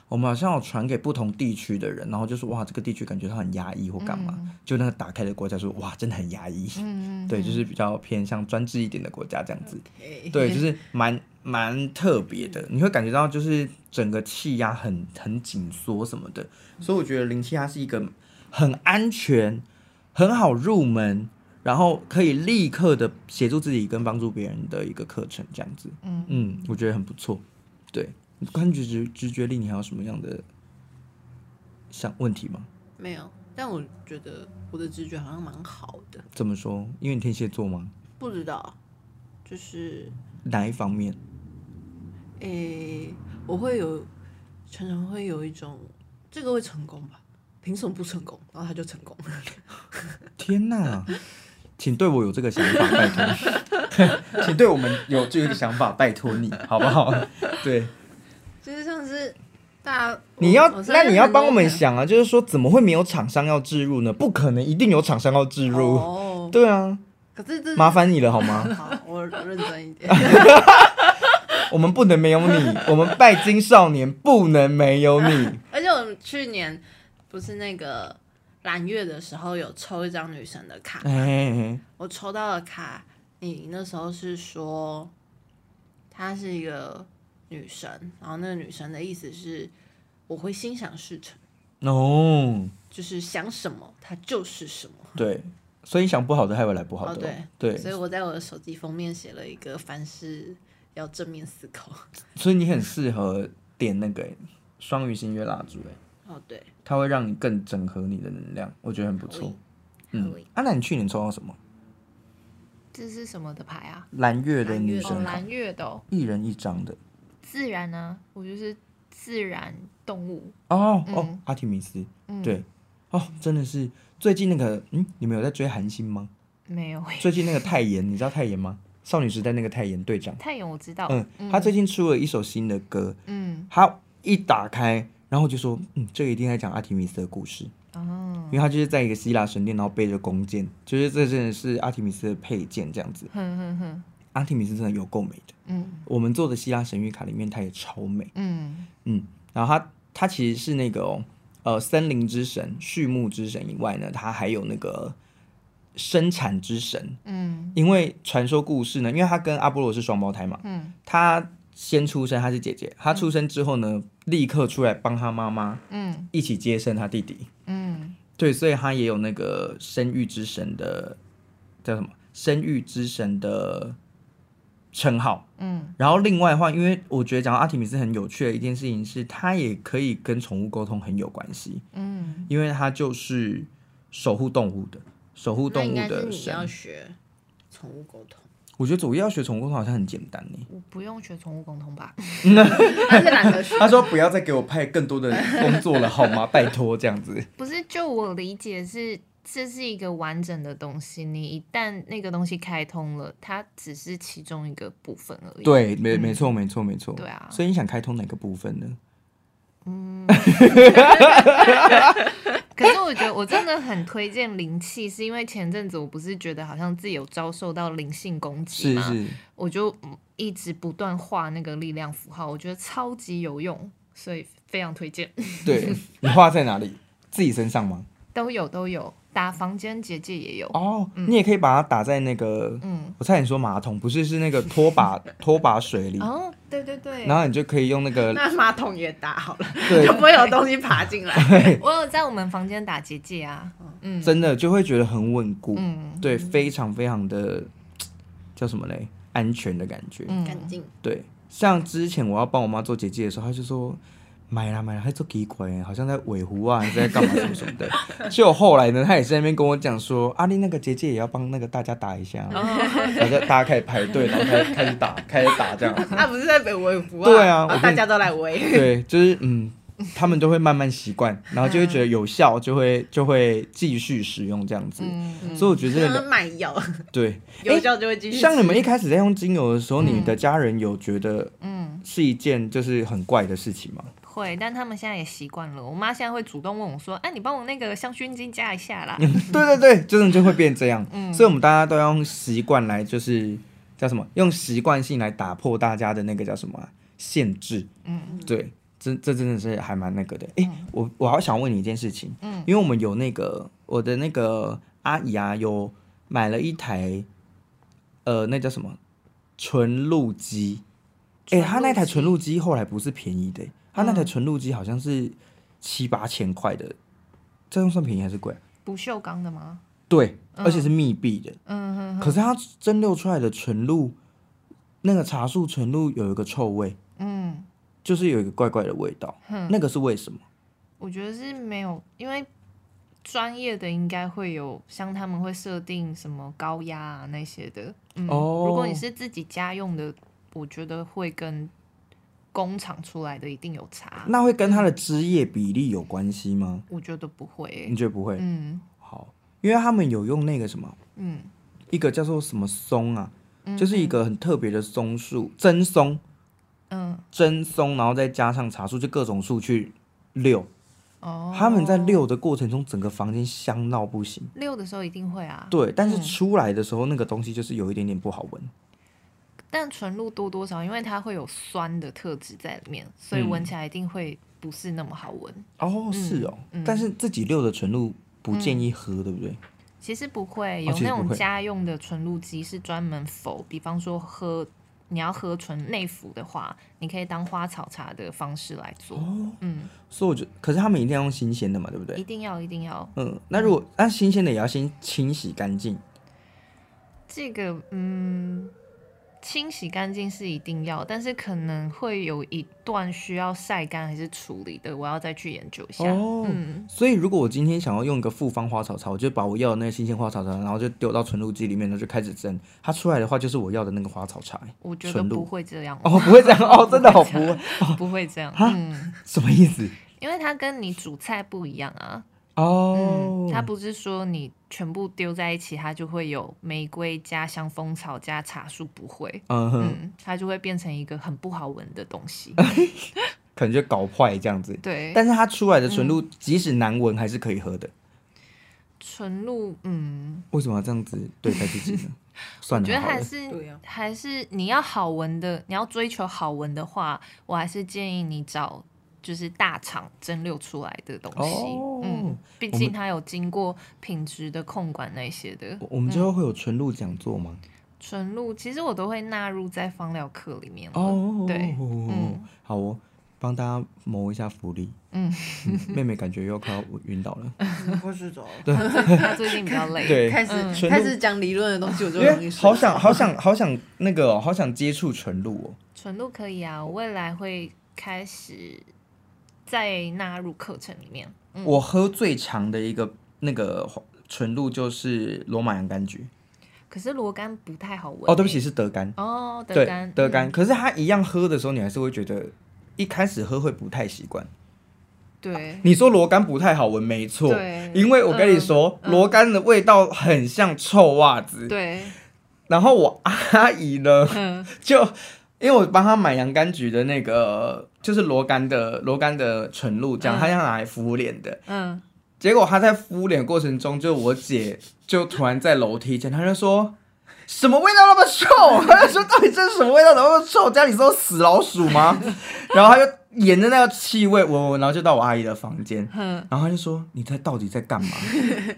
[SPEAKER 2] 我们好像有传给不同地区的人，然后就说哇，这个地区感觉它很压抑或干嘛，就那个打开的国家说哇，真的很压抑，
[SPEAKER 1] 嗯，
[SPEAKER 2] 对，就是比较偏向专制一点的国家这样子，
[SPEAKER 3] 对
[SPEAKER 2] 对，就是蛮蛮特别的，你会感觉到就是整个气压很很紧缩什么的，所以我觉得零气压是一个很安全、很好入门，然后可以立刻的协助自己跟帮助别人的一个课程，这样子，
[SPEAKER 1] 嗯
[SPEAKER 2] 嗯，我觉得很不错。对，关于直觉直觉力，你还有什么样的想问题吗？
[SPEAKER 3] 没有。但我觉得我的直觉好像蛮好的，
[SPEAKER 2] 怎么说？因为你天蝎座吗？
[SPEAKER 3] 不知道，就是
[SPEAKER 2] 哪一方面？
[SPEAKER 3] 诶、我会有常常会有一种这个会成功吧？凭什么不成功？然后他就成功了。
[SPEAKER 2] 天哪，请对我有这个想法，拜托， 请对我们有这个想法，拜托你，好不好？对，就是
[SPEAKER 3] 像是大家，
[SPEAKER 2] 你要那你要帮我们
[SPEAKER 3] 想
[SPEAKER 2] 想啊，就是说怎么会没有厂商要置入呢？不可能，一定有厂商要置入。
[SPEAKER 3] 哦，
[SPEAKER 2] 对啊，
[SPEAKER 3] 可是这
[SPEAKER 2] 麻烦你了好吗？
[SPEAKER 3] 好，我认真一点。
[SPEAKER 2] 我们不能没有你，我们拜金少年不能没有你。
[SPEAKER 3] 而且我们去年不是那个蓝月的时候有抽一张女神的卡，
[SPEAKER 2] 哎，
[SPEAKER 3] 我抽到的卡，你那时候是说她是一个女神，然后那个女神的意思是我会心想事成，
[SPEAKER 2] 哦，
[SPEAKER 3] 就是想什么她就是什么。
[SPEAKER 2] 对，所以想不好的还会来不好
[SPEAKER 3] 哦，
[SPEAKER 2] 的哦、
[SPEAKER 3] 对
[SPEAKER 2] 对
[SPEAKER 3] 所以我在我的手机封面写了一个凡事要正面思考。
[SPEAKER 2] 所以你很适合点那个欸双鱼星月蜡烛，哎，
[SPEAKER 3] 哦，对，
[SPEAKER 2] 它会让你更整合你的能量，我觉得很不错。嗯
[SPEAKER 3] 好诶，
[SPEAKER 2] 啊，那你去年抽到什么？
[SPEAKER 1] 这是什么的牌啊？
[SPEAKER 2] 蓝月的女
[SPEAKER 1] 哦，
[SPEAKER 2] 神卡，
[SPEAKER 1] 蓝月的哦、
[SPEAKER 2] 一人一张的。
[SPEAKER 1] 自然呢、我就是自然动物，
[SPEAKER 2] 哦哦
[SPEAKER 1] 嗯，
[SPEAKER 2] 阿提米斯，
[SPEAKER 1] 嗯
[SPEAKER 2] 对，哦，真的是最近那个，嗯，你们有在追韩星吗？
[SPEAKER 1] 没有 诶。
[SPEAKER 2] 最近那个泰妍，你知道泰妍吗？少女时代那个泰妍队长，
[SPEAKER 1] 太远我知道，
[SPEAKER 2] 嗯，他最近出了一首新的歌，
[SPEAKER 1] 哦嗯
[SPEAKER 2] 他一打开，然后就说，嗯，这个一定在讲阿提米斯的故事，
[SPEAKER 1] 哦，
[SPEAKER 2] 因为他就是在一个希腊神殿，然后背着弓箭，就是这真的是阿提米斯的配件这样子。
[SPEAKER 1] 哼哼哼，
[SPEAKER 2] 阿提米斯真的有够美的，
[SPEAKER 1] 嗯
[SPEAKER 2] 我们做的希腊神谕卡里面它也超美，
[SPEAKER 1] 嗯
[SPEAKER 2] 嗯，然后它它其实是那个、哦、呃森林之神、畜牧之神以外呢，它还有那个生产之神，
[SPEAKER 1] 嗯
[SPEAKER 2] 因为传说故事呢，因为他跟阿波罗是双胞胎嘛，
[SPEAKER 1] 嗯
[SPEAKER 2] 他先出生，他是姐姐，他出生之后呢，立刻出来帮他妈妈
[SPEAKER 1] 嗯
[SPEAKER 2] 一起接生他弟弟，
[SPEAKER 1] 嗯
[SPEAKER 2] 对，所以他也有那个生育之神的叫什么生育之神的称号。
[SPEAKER 1] 嗯，
[SPEAKER 2] 然后另外的话，因为我觉得讲到阿提米斯很有趣的一件事情是，它也可以跟宠物沟通很有关系，
[SPEAKER 1] 嗯，
[SPEAKER 2] 因为它就是守护动物的，守护
[SPEAKER 3] 那
[SPEAKER 2] 动
[SPEAKER 3] 应该
[SPEAKER 2] 物
[SPEAKER 3] 是
[SPEAKER 2] 的
[SPEAKER 3] 你要
[SPEAKER 2] 神。
[SPEAKER 3] 学宠物沟通，
[SPEAKER 2] 我觉得主要学宠物沟通好像很简单欸呢。
[SPEAKER 1] 我不用学宠物沟通吧？
[SPEAKER 3] 但是懒得学。
[SPEAKER 2] 他说不要再给我派更多的工作了，好吗？拜托，这 样子。
[SPEAKER 1] 不是，就我理解是，这是一个完整的东西，你一旦那个东西开通了，它只是其中一个部分而已。，
[SPEAKER 2] 对，没没错，没错，没错。
[SPEAKER 1] 对啊
[SPEAKER 2] 所以你想开通哪个部分呢？
[SPEAKER 1] 可是我觉得我真的很推荐灵气，是因为前阵子我不是觉得好像自己有遭受到灵性攻击
[SPEAKER 2] 是
[SPEAKER 1] 吗？
[SPEAKER 2] 是，
[SPEAKER 1] 我就嗯一直不断画那个力量符号，我觉得超级有用，所以非常推荐。
[SPEAKER 2] 对你画在哪里？自己身上吗？
[SPEAKER 1] 都有都有，打房间结界也有。
[SPEAKER 2] 哦，你也可以把它打在那个，
[SPEAKER 1] 嗯
[SPEAKER 2] 我差点说马桶，不是是 那个拖把拖把水里，
[SPEAKER 1] 哦，对对对，
[SPEAKER 2] 然后你就可以用那个，
[SPEAKER 3] 那马桶也打好了，
[SPEAKER 2] 对
[SPEAKER 3] 就不会有东西爬进来。
[SPEAKER 1] 我有在我们房间打结界啊。嗯
[SPEAKER 2] 真的就会觉得很稳固，
[SPEAKER 1] 嗯
[SPEAKER 2] 对，非常非常的叫什么嘞？安全的感觉，
[SPEAKER 1] 嗯
[SPEAKER 3] 干，净，
[SPEAKER 2] 对，像之前我要帮我妈做结界的时候，她就说买啦买啦，还做奇怪耶，好像在尾狐啊，还是在干嘛什么什么 的。结果后来呢，她也是在那边跟我讲说，阿、啊、丽那个结界也要帮那个大家打一下，然
[SPEAKER 1] 哦
[SPEAKER 2] 后大家开始排队，然后开始开始打，开始打这 样。
[SPEAKER 3] 他不是在北维服啊？
[SPEAKER 2] 对啊我
[SPEAKER 3] 然
[SPEAKER 2] 跟
[SPEAKER 3] 后
[SPEAKER 2] 你
[SPEAKER 3] 大家都来围。
[SPEAKER 2] 对，就是嗯，他们都会慢慢习惯，然后就会觉得有效，就会就会继续使用这样子。
[SPEAKER 1] 嗯
[SPEAKER 2] 所以我觉得这
[SPEAKER 3] 就是
[SPEAKER 2] 个
[SPEAKER 3] 卖药，
[SPEAKER 2] 对，
[SPEAKER 3] 有效就会继续吃。
[SPEAKER 2] 像你们一开始在用精油的时候，你的家人有觉得
[SPEAKER 1] 嗯，
[SPEAKER 2] 是一件就是很怪的事情吗？
[SPEAKER 1] 会，但他们现在也习惯了。我妈现在会主动问我说：“哎、你帮我那个香薰机加一下啦。
[SPEAKER 2] 对对对，真的就会变这样。所以我们大家都要用习惯来，就是叫什么？用习惯性来打破大家的那个叫什么啊、限制。嗯，对，这这真的是还蛮那个的。诶，我我好想问你一件事情，嗯，因为我们有那个我的那个阿姨啊，有买了一台，呃，那叫什么纯录机。嗯诶，她那台纯录机后来不是便宜的、她那台纯录机好像是七八千块的，这样算便宜还是贵啊？”
[SPEAKER 1] 不锈钢的吗？
[SPEAKER 2] 对，而且是密闭的。嗯可是它蒸馏出来的纯露，那个茶树纯露有一个臭味，
[SPEAKER 1] 嗯，
[SPEAKER 2] 就是有一个怪怪的味道。那个是为什么？
[SPEAKER 1] 我觉得是没有，因为专业的应该会有，像他们会设定什么高压啊那些的。嗯，
[SPEAKER 2] 哦
[SPEAKER 1] 如果你是自己家用的，我觉得会跟工厂出来的一定有差。
[SPEAKER 2] 哦那会跟它的枝叶比例有关系吗？
[SPEAKER 1] 我觉得不会欸、
[SPEAKER 2] 你觉得不会？
[SPEAKER 1] 嗯
[SPEAKER 2] 好，因为他们有用那个什么，
[SPEAKER 1] 嗯，
[SPEAKER 2] 一个叫做什么松啊，就是一个很特别的松树，真松，
[SPEAKER 1] 嗯，
[SPEAKER 2] 真松，然后再加上茶树，就各种树去溜。
[SPEAKER 1] 哦，
[SPEAKER 2] 他们在溜的过程中，整个房间香到不行。
[SPEAKER 1] 溜的时候一定会啊。
[SPEAKER 2] 对，但是出来的时候，那个东西就是有一点点不好闻。
[SPEAKER 1] 但纯露多多少，因为它会有酸的特质在里面，所以
[SPEAKER 2] 嗯
[SPEAKER 1] 闻起来一定会不是那么好闻。
[SPEAKER 2] 哦，是哦，
[SPEAKER 1] 嗯
[SPEAKER 2] 但是自己溜的纯露不建议喝，对不对？
[SPEAKER 1] 其实不会，有
[SPEAKER 2] 哦其实
[SPEAKER 1] 那
[SPEAKER 2] 不
[SPEAKER 1] 种
[SPEAKER 2] 会
[SPEAKER 1] 家用的纯露机是专门否，比方说喝你要喝纯内服的话，你可以当花草茶的方式来做。
[SPEAKER 2] 哦
[SPEAKER 1] 嗯，
[SPEAKER 2] 所以我觉得，可是他们一定要用新鲜的嘛，对不
[SPEAKER 1] 一
[SPEAKER 2] 对？
[SPEAKER 1] 定要一定要
[SPEAKER 2] 嗯，那如果那新鲜的也要先清洗干净，
[SPEAKER 1] 这个嗯。清洗干净是一定要，但是可能会有一段需要晒干还是处理的，我要再去研究一下。
[SPEAKER 2] 哦
[SPEAKER 1] 嗯，
[SPEAKER 2] 所以如果我今天想要用一个复方花草茶，我就把我要的那个新鲜花草茶，然后就丢到纯露机里面，然后就开始蒸，它出来的话就是我要的那个花草茶。欸
[SPEAKER 1] 我觉得
[SPEAKER 2] 纯
[SPEAKER 1] 不
[SPEAKER 2] 露
[SPEAKER 1] 会这样，
[SPEAKER 2] 哦，不会这样哦，真的好不
[SPEAKER 1] 不
[SPEAKER 2] 会，
[SPEAKER 1] 不会这样，嗯，
[SPEAKER 2] 什么意思？
[SPEAKER 1] 因为它跟你煮菜不一样啊，
[SPEAKER 2] 哦
[SPEAKER 1] 嗯，，它不是说你全部丢在一起，它就会有玫瑰加香蜂草加茶树，不会，
[SPEAKER 2] 嗯哼，
[SPEAKER 1] 嗯，它就会变成一个很不好闻的东西，
[SPEAKER 2] 可能就搞坏这样子。
[SPEAKER 1] 对，
[SPEAKER 2] 但是它出来的纯露，即使难闻，还是可以喝的。
[SPEAKER 1] 纯露，嗯，
[SPEAKER 2] 为什么要这样子对待自 己呢？算
[SPEAKER 1] 我
[SPEAKER 2] 了，
[SPEAKER 1] 觉得
[SPEAKER 2] 好
[SPEAKER 1] 还
[SPEAKER 2] 了，
[SPEAKER 3] 对
[SPEAKER 1] 是
[SPEAKER 3] 啊
[SPEAKER 1] 还是你要好闻的，你要追求好闻的话，我还是建议你找。就是大厂蒸馏出来的东西，
[SPEAKER 2] 哦
[SPEAKER 1] 嗯，毕
[SPEAKER 2] 我们
[SPEAKER 1] 竟它有经过品质的控管那些的。
[SPEAKER 2] 我我们之后会有纯露讲座吗？
[SPEAKER 1] 纯露其实我都会纳入在芳疗课里面了
[SPEAKER 2] 哦，
[SPEAKER 1] 对，嗯
[SPEAKER 2] 好哦，帮大家谋一下福利。
[SPEAKER 1] 嗯
[SPEAKER 2] 嗯，妹妹感觉又快要晕倒 了。
[SPEAKER 3] 嗯快睡着了。
[SPEAKER 1] 他最近比较 累。
[SPEAKER 2] 对
[SPEAKER 3] 开始、
[SPEAKER 2] 纯
[SPEAKER 3] 开
[SPEAKER 2] 露
[SPEAKER 3] 始讲理论的东西，我就
[SPEAKER 2] 因
[SPEAKER 3] 容易
[SPEAKER 2] 为
[SPEAKER 3] 睡着。
[SPEAKER 2] 好想好想好想那个哦、好想接触纯露哦。
[SPEAKER 1] 纯露可以啊，我未来会开始再纳入课程里面。嗯，
[SPEAKER 2] 我喝最长的一个那个纯露就是罗马洋甘菊。
[SPEAKER 1] 可是罗甘不太好闻、
[SPEAKER 2] 哦，对不起，，是德甘。
[SPEAKER 1] 哦，
[SPEAKER 2] 对
[SPEAKER 1] 德甘，
[SPEAKER 2] 德甘，可是它一样喝的时候，你还是会觉得一开始喝会不太习惯。
[SPEAKER 1] 对
[SPEAKER 2] 你说罗甘不太好闻，没错，
[SPEAKER 1] 对
[SPEAKER 2] 因为我跟你说，
[SPEAKER 1] 嗯嗯
[SPEAKER 2] 罗甘的味道很像臭袜子。
[SPEAKER 1] 对，
[SPEAKER 2] 然后我阿姨呢，
[SPEAKER 1] 嗯
[SPEAKER 2] 就因为我帮她买洋甘菊的那个，就是罗甘的罗甘的纯露这
[SPEAKER 1] 嗯
[SPEAKER 2] 样，她要拿来敷脸的。
[SPEAKER 1] 嗯，
[SPEAKER 2] 结果她在敷脸过程中，就我姐就突然在楼梯间，她就说。什么味道那么臭？ 她就说到底这是什么味道？那么臭？家里是有死老鼠吗？ 然后她就沿着那个气味闻闻，然后就到我阿姨的房间，
[SPEAKER 1] 哼
[SPEAKER 2] 然后她就说：“你在到底在干嘛？”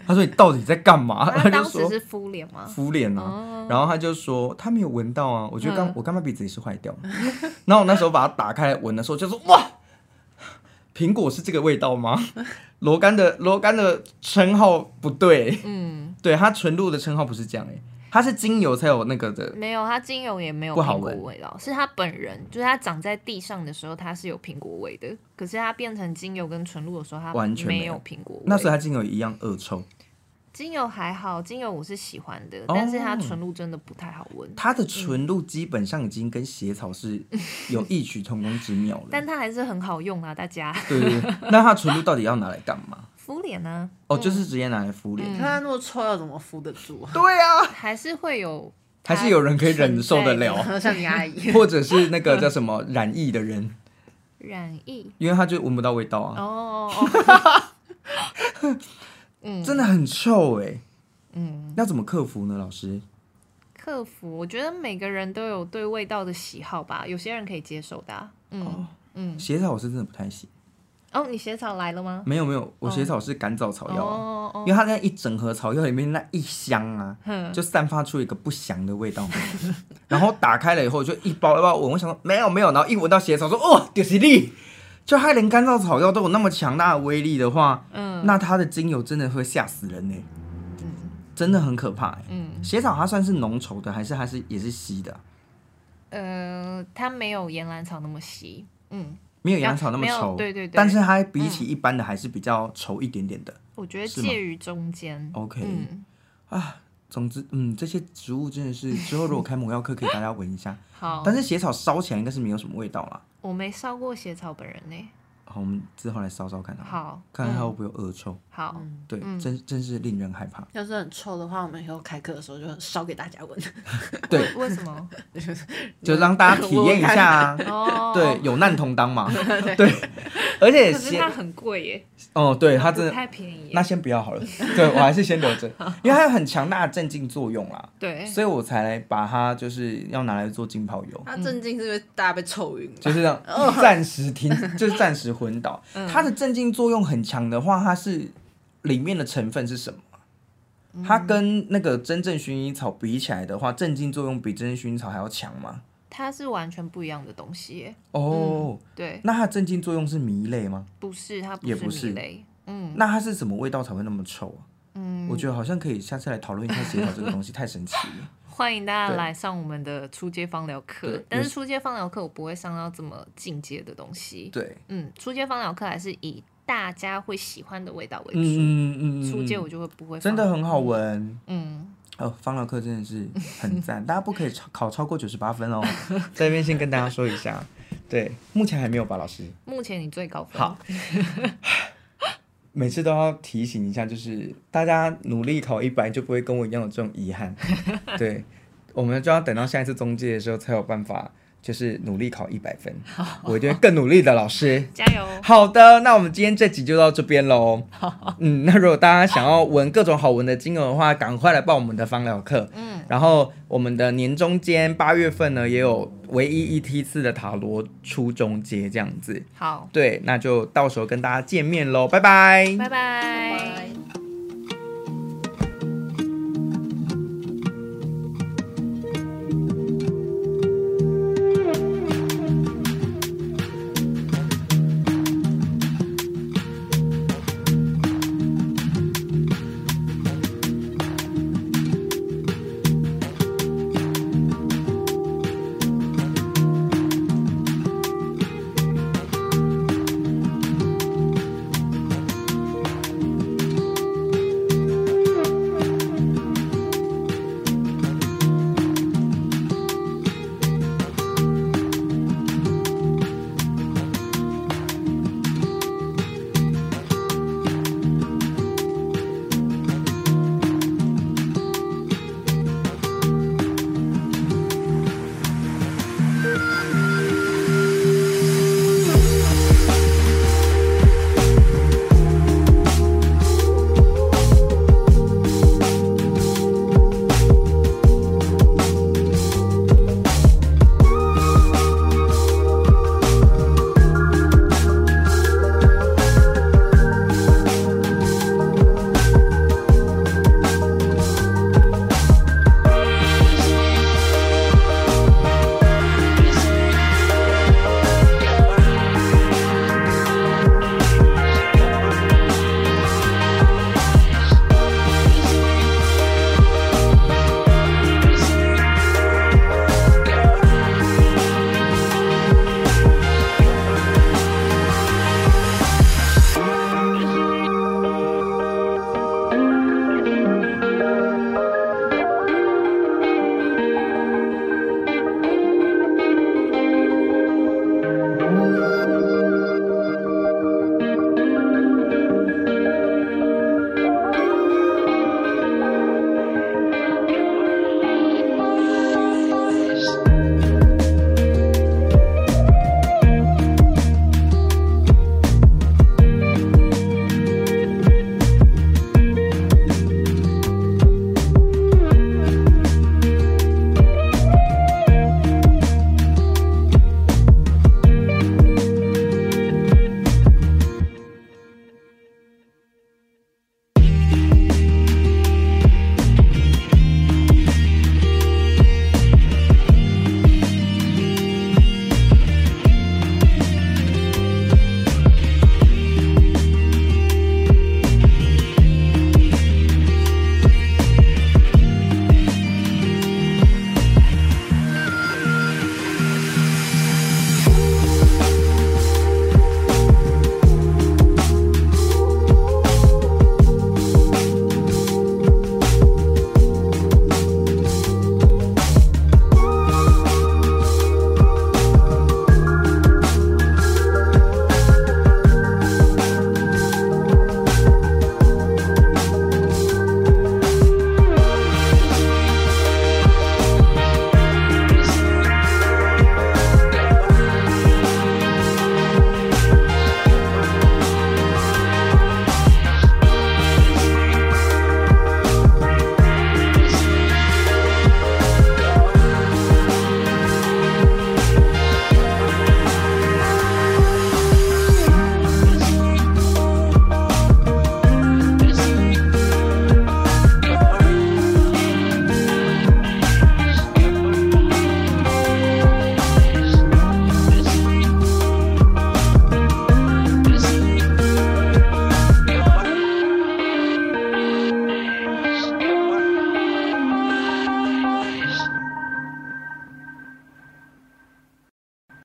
[SPEAKER 2] 她说：“你到底在 干嘛？”
[SPEAKER 1] 他
[SPEAKER 2] 她就
[SPEAKER 1] 当
[SPEAKER 2] 说
[SPEAKER 1] 时是敷脸吗？
[SPEAKER 2] 敷脸啊，
[SPEAKER 1] 哦
[SPEAKER 2] 然后他就说他没有闻到啊，我觉得刚、
[SPEAKER 1] 嗯
[SPEAKER 2] 我干妈鼻子也是坏掉 了，然后我那时候把它打开来闻的时候就说哇，苹果是这个味道吗？罗甘的罗甘的称号不对，
[SPEAKER 1] 嗯，
[SPEAKER 2] 对它纯露的称号不是这样哎、它是精油才有那个的
[SPEAKER 1] 没有，它精油也没有
[SPEAKER 2] 不好
[SPEAKER 1] 苹果
[SPEAKER 2] 闻
[SPEAKER 1] 味道，是它本人，就是它长在地上的时候它是有苹果味的，可是它变成精油跟纯露的时候，它
[SPEAKER 2] 完全没
[SPEAKER 1] 没
[SPEAKER 2] 有
[SPEAKER 1] 有苹果味。
[SPEAKER 2] 那所以它精油一样恶臭。
[SPEAKER 1] 精油还好，精油我是喜欢的，但是它
[SPEAKER 2] 哦
[SPEAKER 1] 纯露真的不太好闻，
[SPEAKER 2] 它的纯露基本上已经跟血草是有异曲同工之妙了。
[SPEAKER 1] 但它还是很好用啊，大家
[SPEAKER 2] 对对对，那它纯露到底要拿来干嘛？
[SPEAKER 1] 敷脸啊呢、
[SPEAKER 2] 哦，就是直接拿来敷脸。
[SPEAKER 1] 嗯
[SPEAKER 3] 看他那么臭，要怎么敷得住啊？
[SPEAKER 2] 对啊，
[SPEAKER 1] 还是会有，
[SPEAKER 2] 还是有人可以忍受得了。
[SPEAKER 3] 像你阿姨，
[SPEAKER 2] 或者是那个叫什么染疫的人，
[SPEAKER 1] 染疫
[SPEAKER 2] 因为它就闻不到味道啊，
[SPEAKER 1] 哦，嗯
[SPEAKER 2] 真的很臭哎、
[SPEAKER 1] 嗯，
[SPEAKER 2] 要怎么克服呢？老师，
[SPEAKER 1] 克服，我觉得每个人都有对味道的喜好吧，有些人可以接受的啊、嗯、嗯，
[SPEAKER 2] 血草我是真的不太行，
[SPEAKER 1] 哦，你血草来了吗？
[SPEAKER 2] 没有没有，我血草是赶早草药啊，
[SPEAKER 1] 嗯哦
[SPEAKER 2] 因
[SPEAKER 1] 哦，
[SPEAKER 2] 为它那一整盒草药里面那一箱啊，
[SPEAKER 1] 哼
[SPEAKER 2] 就散发出一个不祥的味道， 然后打开了以后就一包一包闻，我想说没有没有，然后一闻到血草说哦就是你，就它连干燥草药都有那么强大的威力的话，
[SPEAKER 1] 嗯
[SPEAKER 2] 那它的精油真的会吓死人呢、真的很可怕、欸。
[SPEAKER 1] 嗯
[SPEAKER 2] 血草它算是浓稠的，还是还是也是稀的啊？
[SPEAKER 1] 呃，它没有岩兰草那么稀，嗯，
[SPEAKER 2] 没有羊草那么
[SPEAKER 1] 没有
[SPEAKER 2] 稠，
[SPEAKER 1] 对对对嗯
[SPEAKER 2] 但是它比起一般的还是比较稠一点点的。
[SPEAKER 1] 我觉得
[SPEAKER 2] 是吗
[SPEAKER 1] 介于中间。
[SPEAKER 2] OK
[SPEAKER 1] 嗯，
[SPEAKER 2] 总之，嗯，这些植物真的是之后如果开魔药课可以大家闻一下，
[SPEAKER 1] 好，
[SPEAKER 2] 但是血草烧起来应该是没有什么味道啦。
[SPEAKER 1] 我没烧过血草本人呢。
[SPEAKER 2] 好，我们之后来烧烧看它，
[SPEAKER 1] 好，
[SPEAKER 2] 看看它
[SPEAKER 1] 嗯
[SPEAKER 2] 会不会有恶臭。
[SPEAKER 1] 好，
[SPEAKER 2] 对，真真是令人害怕。
[SPEAKER 3] 要是很臭的话，我们以后开课的时候就烧给大家闻。
[SPEAKER 2] 对，
[SPEAKER 1] 为什 么？
[SPEAKER 2] 就让大家体验一下啊。
[SPEAKER 1] 哦，
[SPEAKER 2] 对，，有难同当 嘛。 对，而且
[SPEAKER 1] 可是
[SPEAKER 2] 血
[SPEAKER 1] 它很贵耶，
[SPEAKER 2] 哦，对它真
[SPEAKER 1] 不
[SPEAKER 2] 的，
[SPEAKER 1] 太便宜耶。
[SPEAKER 2] 那先不要好 了。对我还是先留着，因为它有很强大的镇静作用啦。
[SPEAKER 1] 对，
[SPEAKER 2] 所以我才来把它就是要拿来做浸泡油，
[SPEAKER 3] 他震惊是因为大家被臭晕了。
[SPEAKER 2] 就是 让
[SPEAKER 1] 哦
[SPEAKER 2] 暂时停，就是暂时昏倒。
[SPEAKER 1] 嗯
[SPEAKER 2] 它的镇静作用很强的话，它是里面的成分是什么？
[SPEAKER 1] 嗯
[SPEAKER 2] 它跟那个真正薰衣草比起来的话，镇静作用比真正薰衣草还要强吗？
[SPEAKER 1] 它是完全不一样的东西耶。
[SPEAKER 2] 哦，
[SPEAKER 1] 对，
[SPEAKER 2] 那它的镇静作用是醚类吗？
[SPEAKER 1] 不是，它
[SPEAKER 2] 也不是
[SPEAKER 1] 米类。嗯
[SPEAKER 2] 那它是什么味道才会那么臭啊？
[SPEAKER 1] 嗯，
[SPEAKER 2] 我觉得好像可以下次来讨论一下血草这个东西，太神奇 了。
[SPEAKER 1] 欢迎大家
[SPEAKER 2] 对
[SPEAKER 1] 来上我们的初阶芳疗
[SPEAKER 2] 对
[SPEAKER 1] 课，但
[SPEAKER 2] 有
[SPEAKER 1] 是初阶芳疗课我不会上到这么进阶的东西。
[SPEAKER 2] 对，
[SPEAKER 1] 嗯，初阶芳疗课还是以大家会喜欢的味道为主。
[SPEAKER 2] 嗯嗯嗯嗯
[SPEAKER 1] 初阶我
[SPEAKER 2] 嗯，
[SPEAKER 1] 就会不会放
[SPEAKER 2] 真的很好闻。
[SPEAKER 1] 嗯，
[SPEAKER 2] 哦，方疗课真的是很赞， 大家不可以超考超过九十 八分哦。在这边先跟大家说一下，对，目前还没有吧，老师。
[SPEAKER 1] 目前你最高分。
[SPEAKER 2] 好，每次都要提醒一下，就是大家努力考一百，就不会跟我一样有这种 遗憾。对，我们就要等到下一次中介的时候才有办法，就是努力考一百分。我一定会更努力的，老师。
[SPEAKER 1] 加油！
[SPEAKER 2] 好的，那我们今天这集就到这边喽。嗯，那如果大家想要闻各种好闻的精油的话，赶快来报我们的芳疗课。嗯，然后我们的年中间八月份呢，也有唯一一梯次的塔罗初中阶这样子。
[SPEAKER 1] 好，
[SPEAKER 2] 对，那就到时候跟大家见面喽，拜拜
[SPEAKER 1] 拜拜。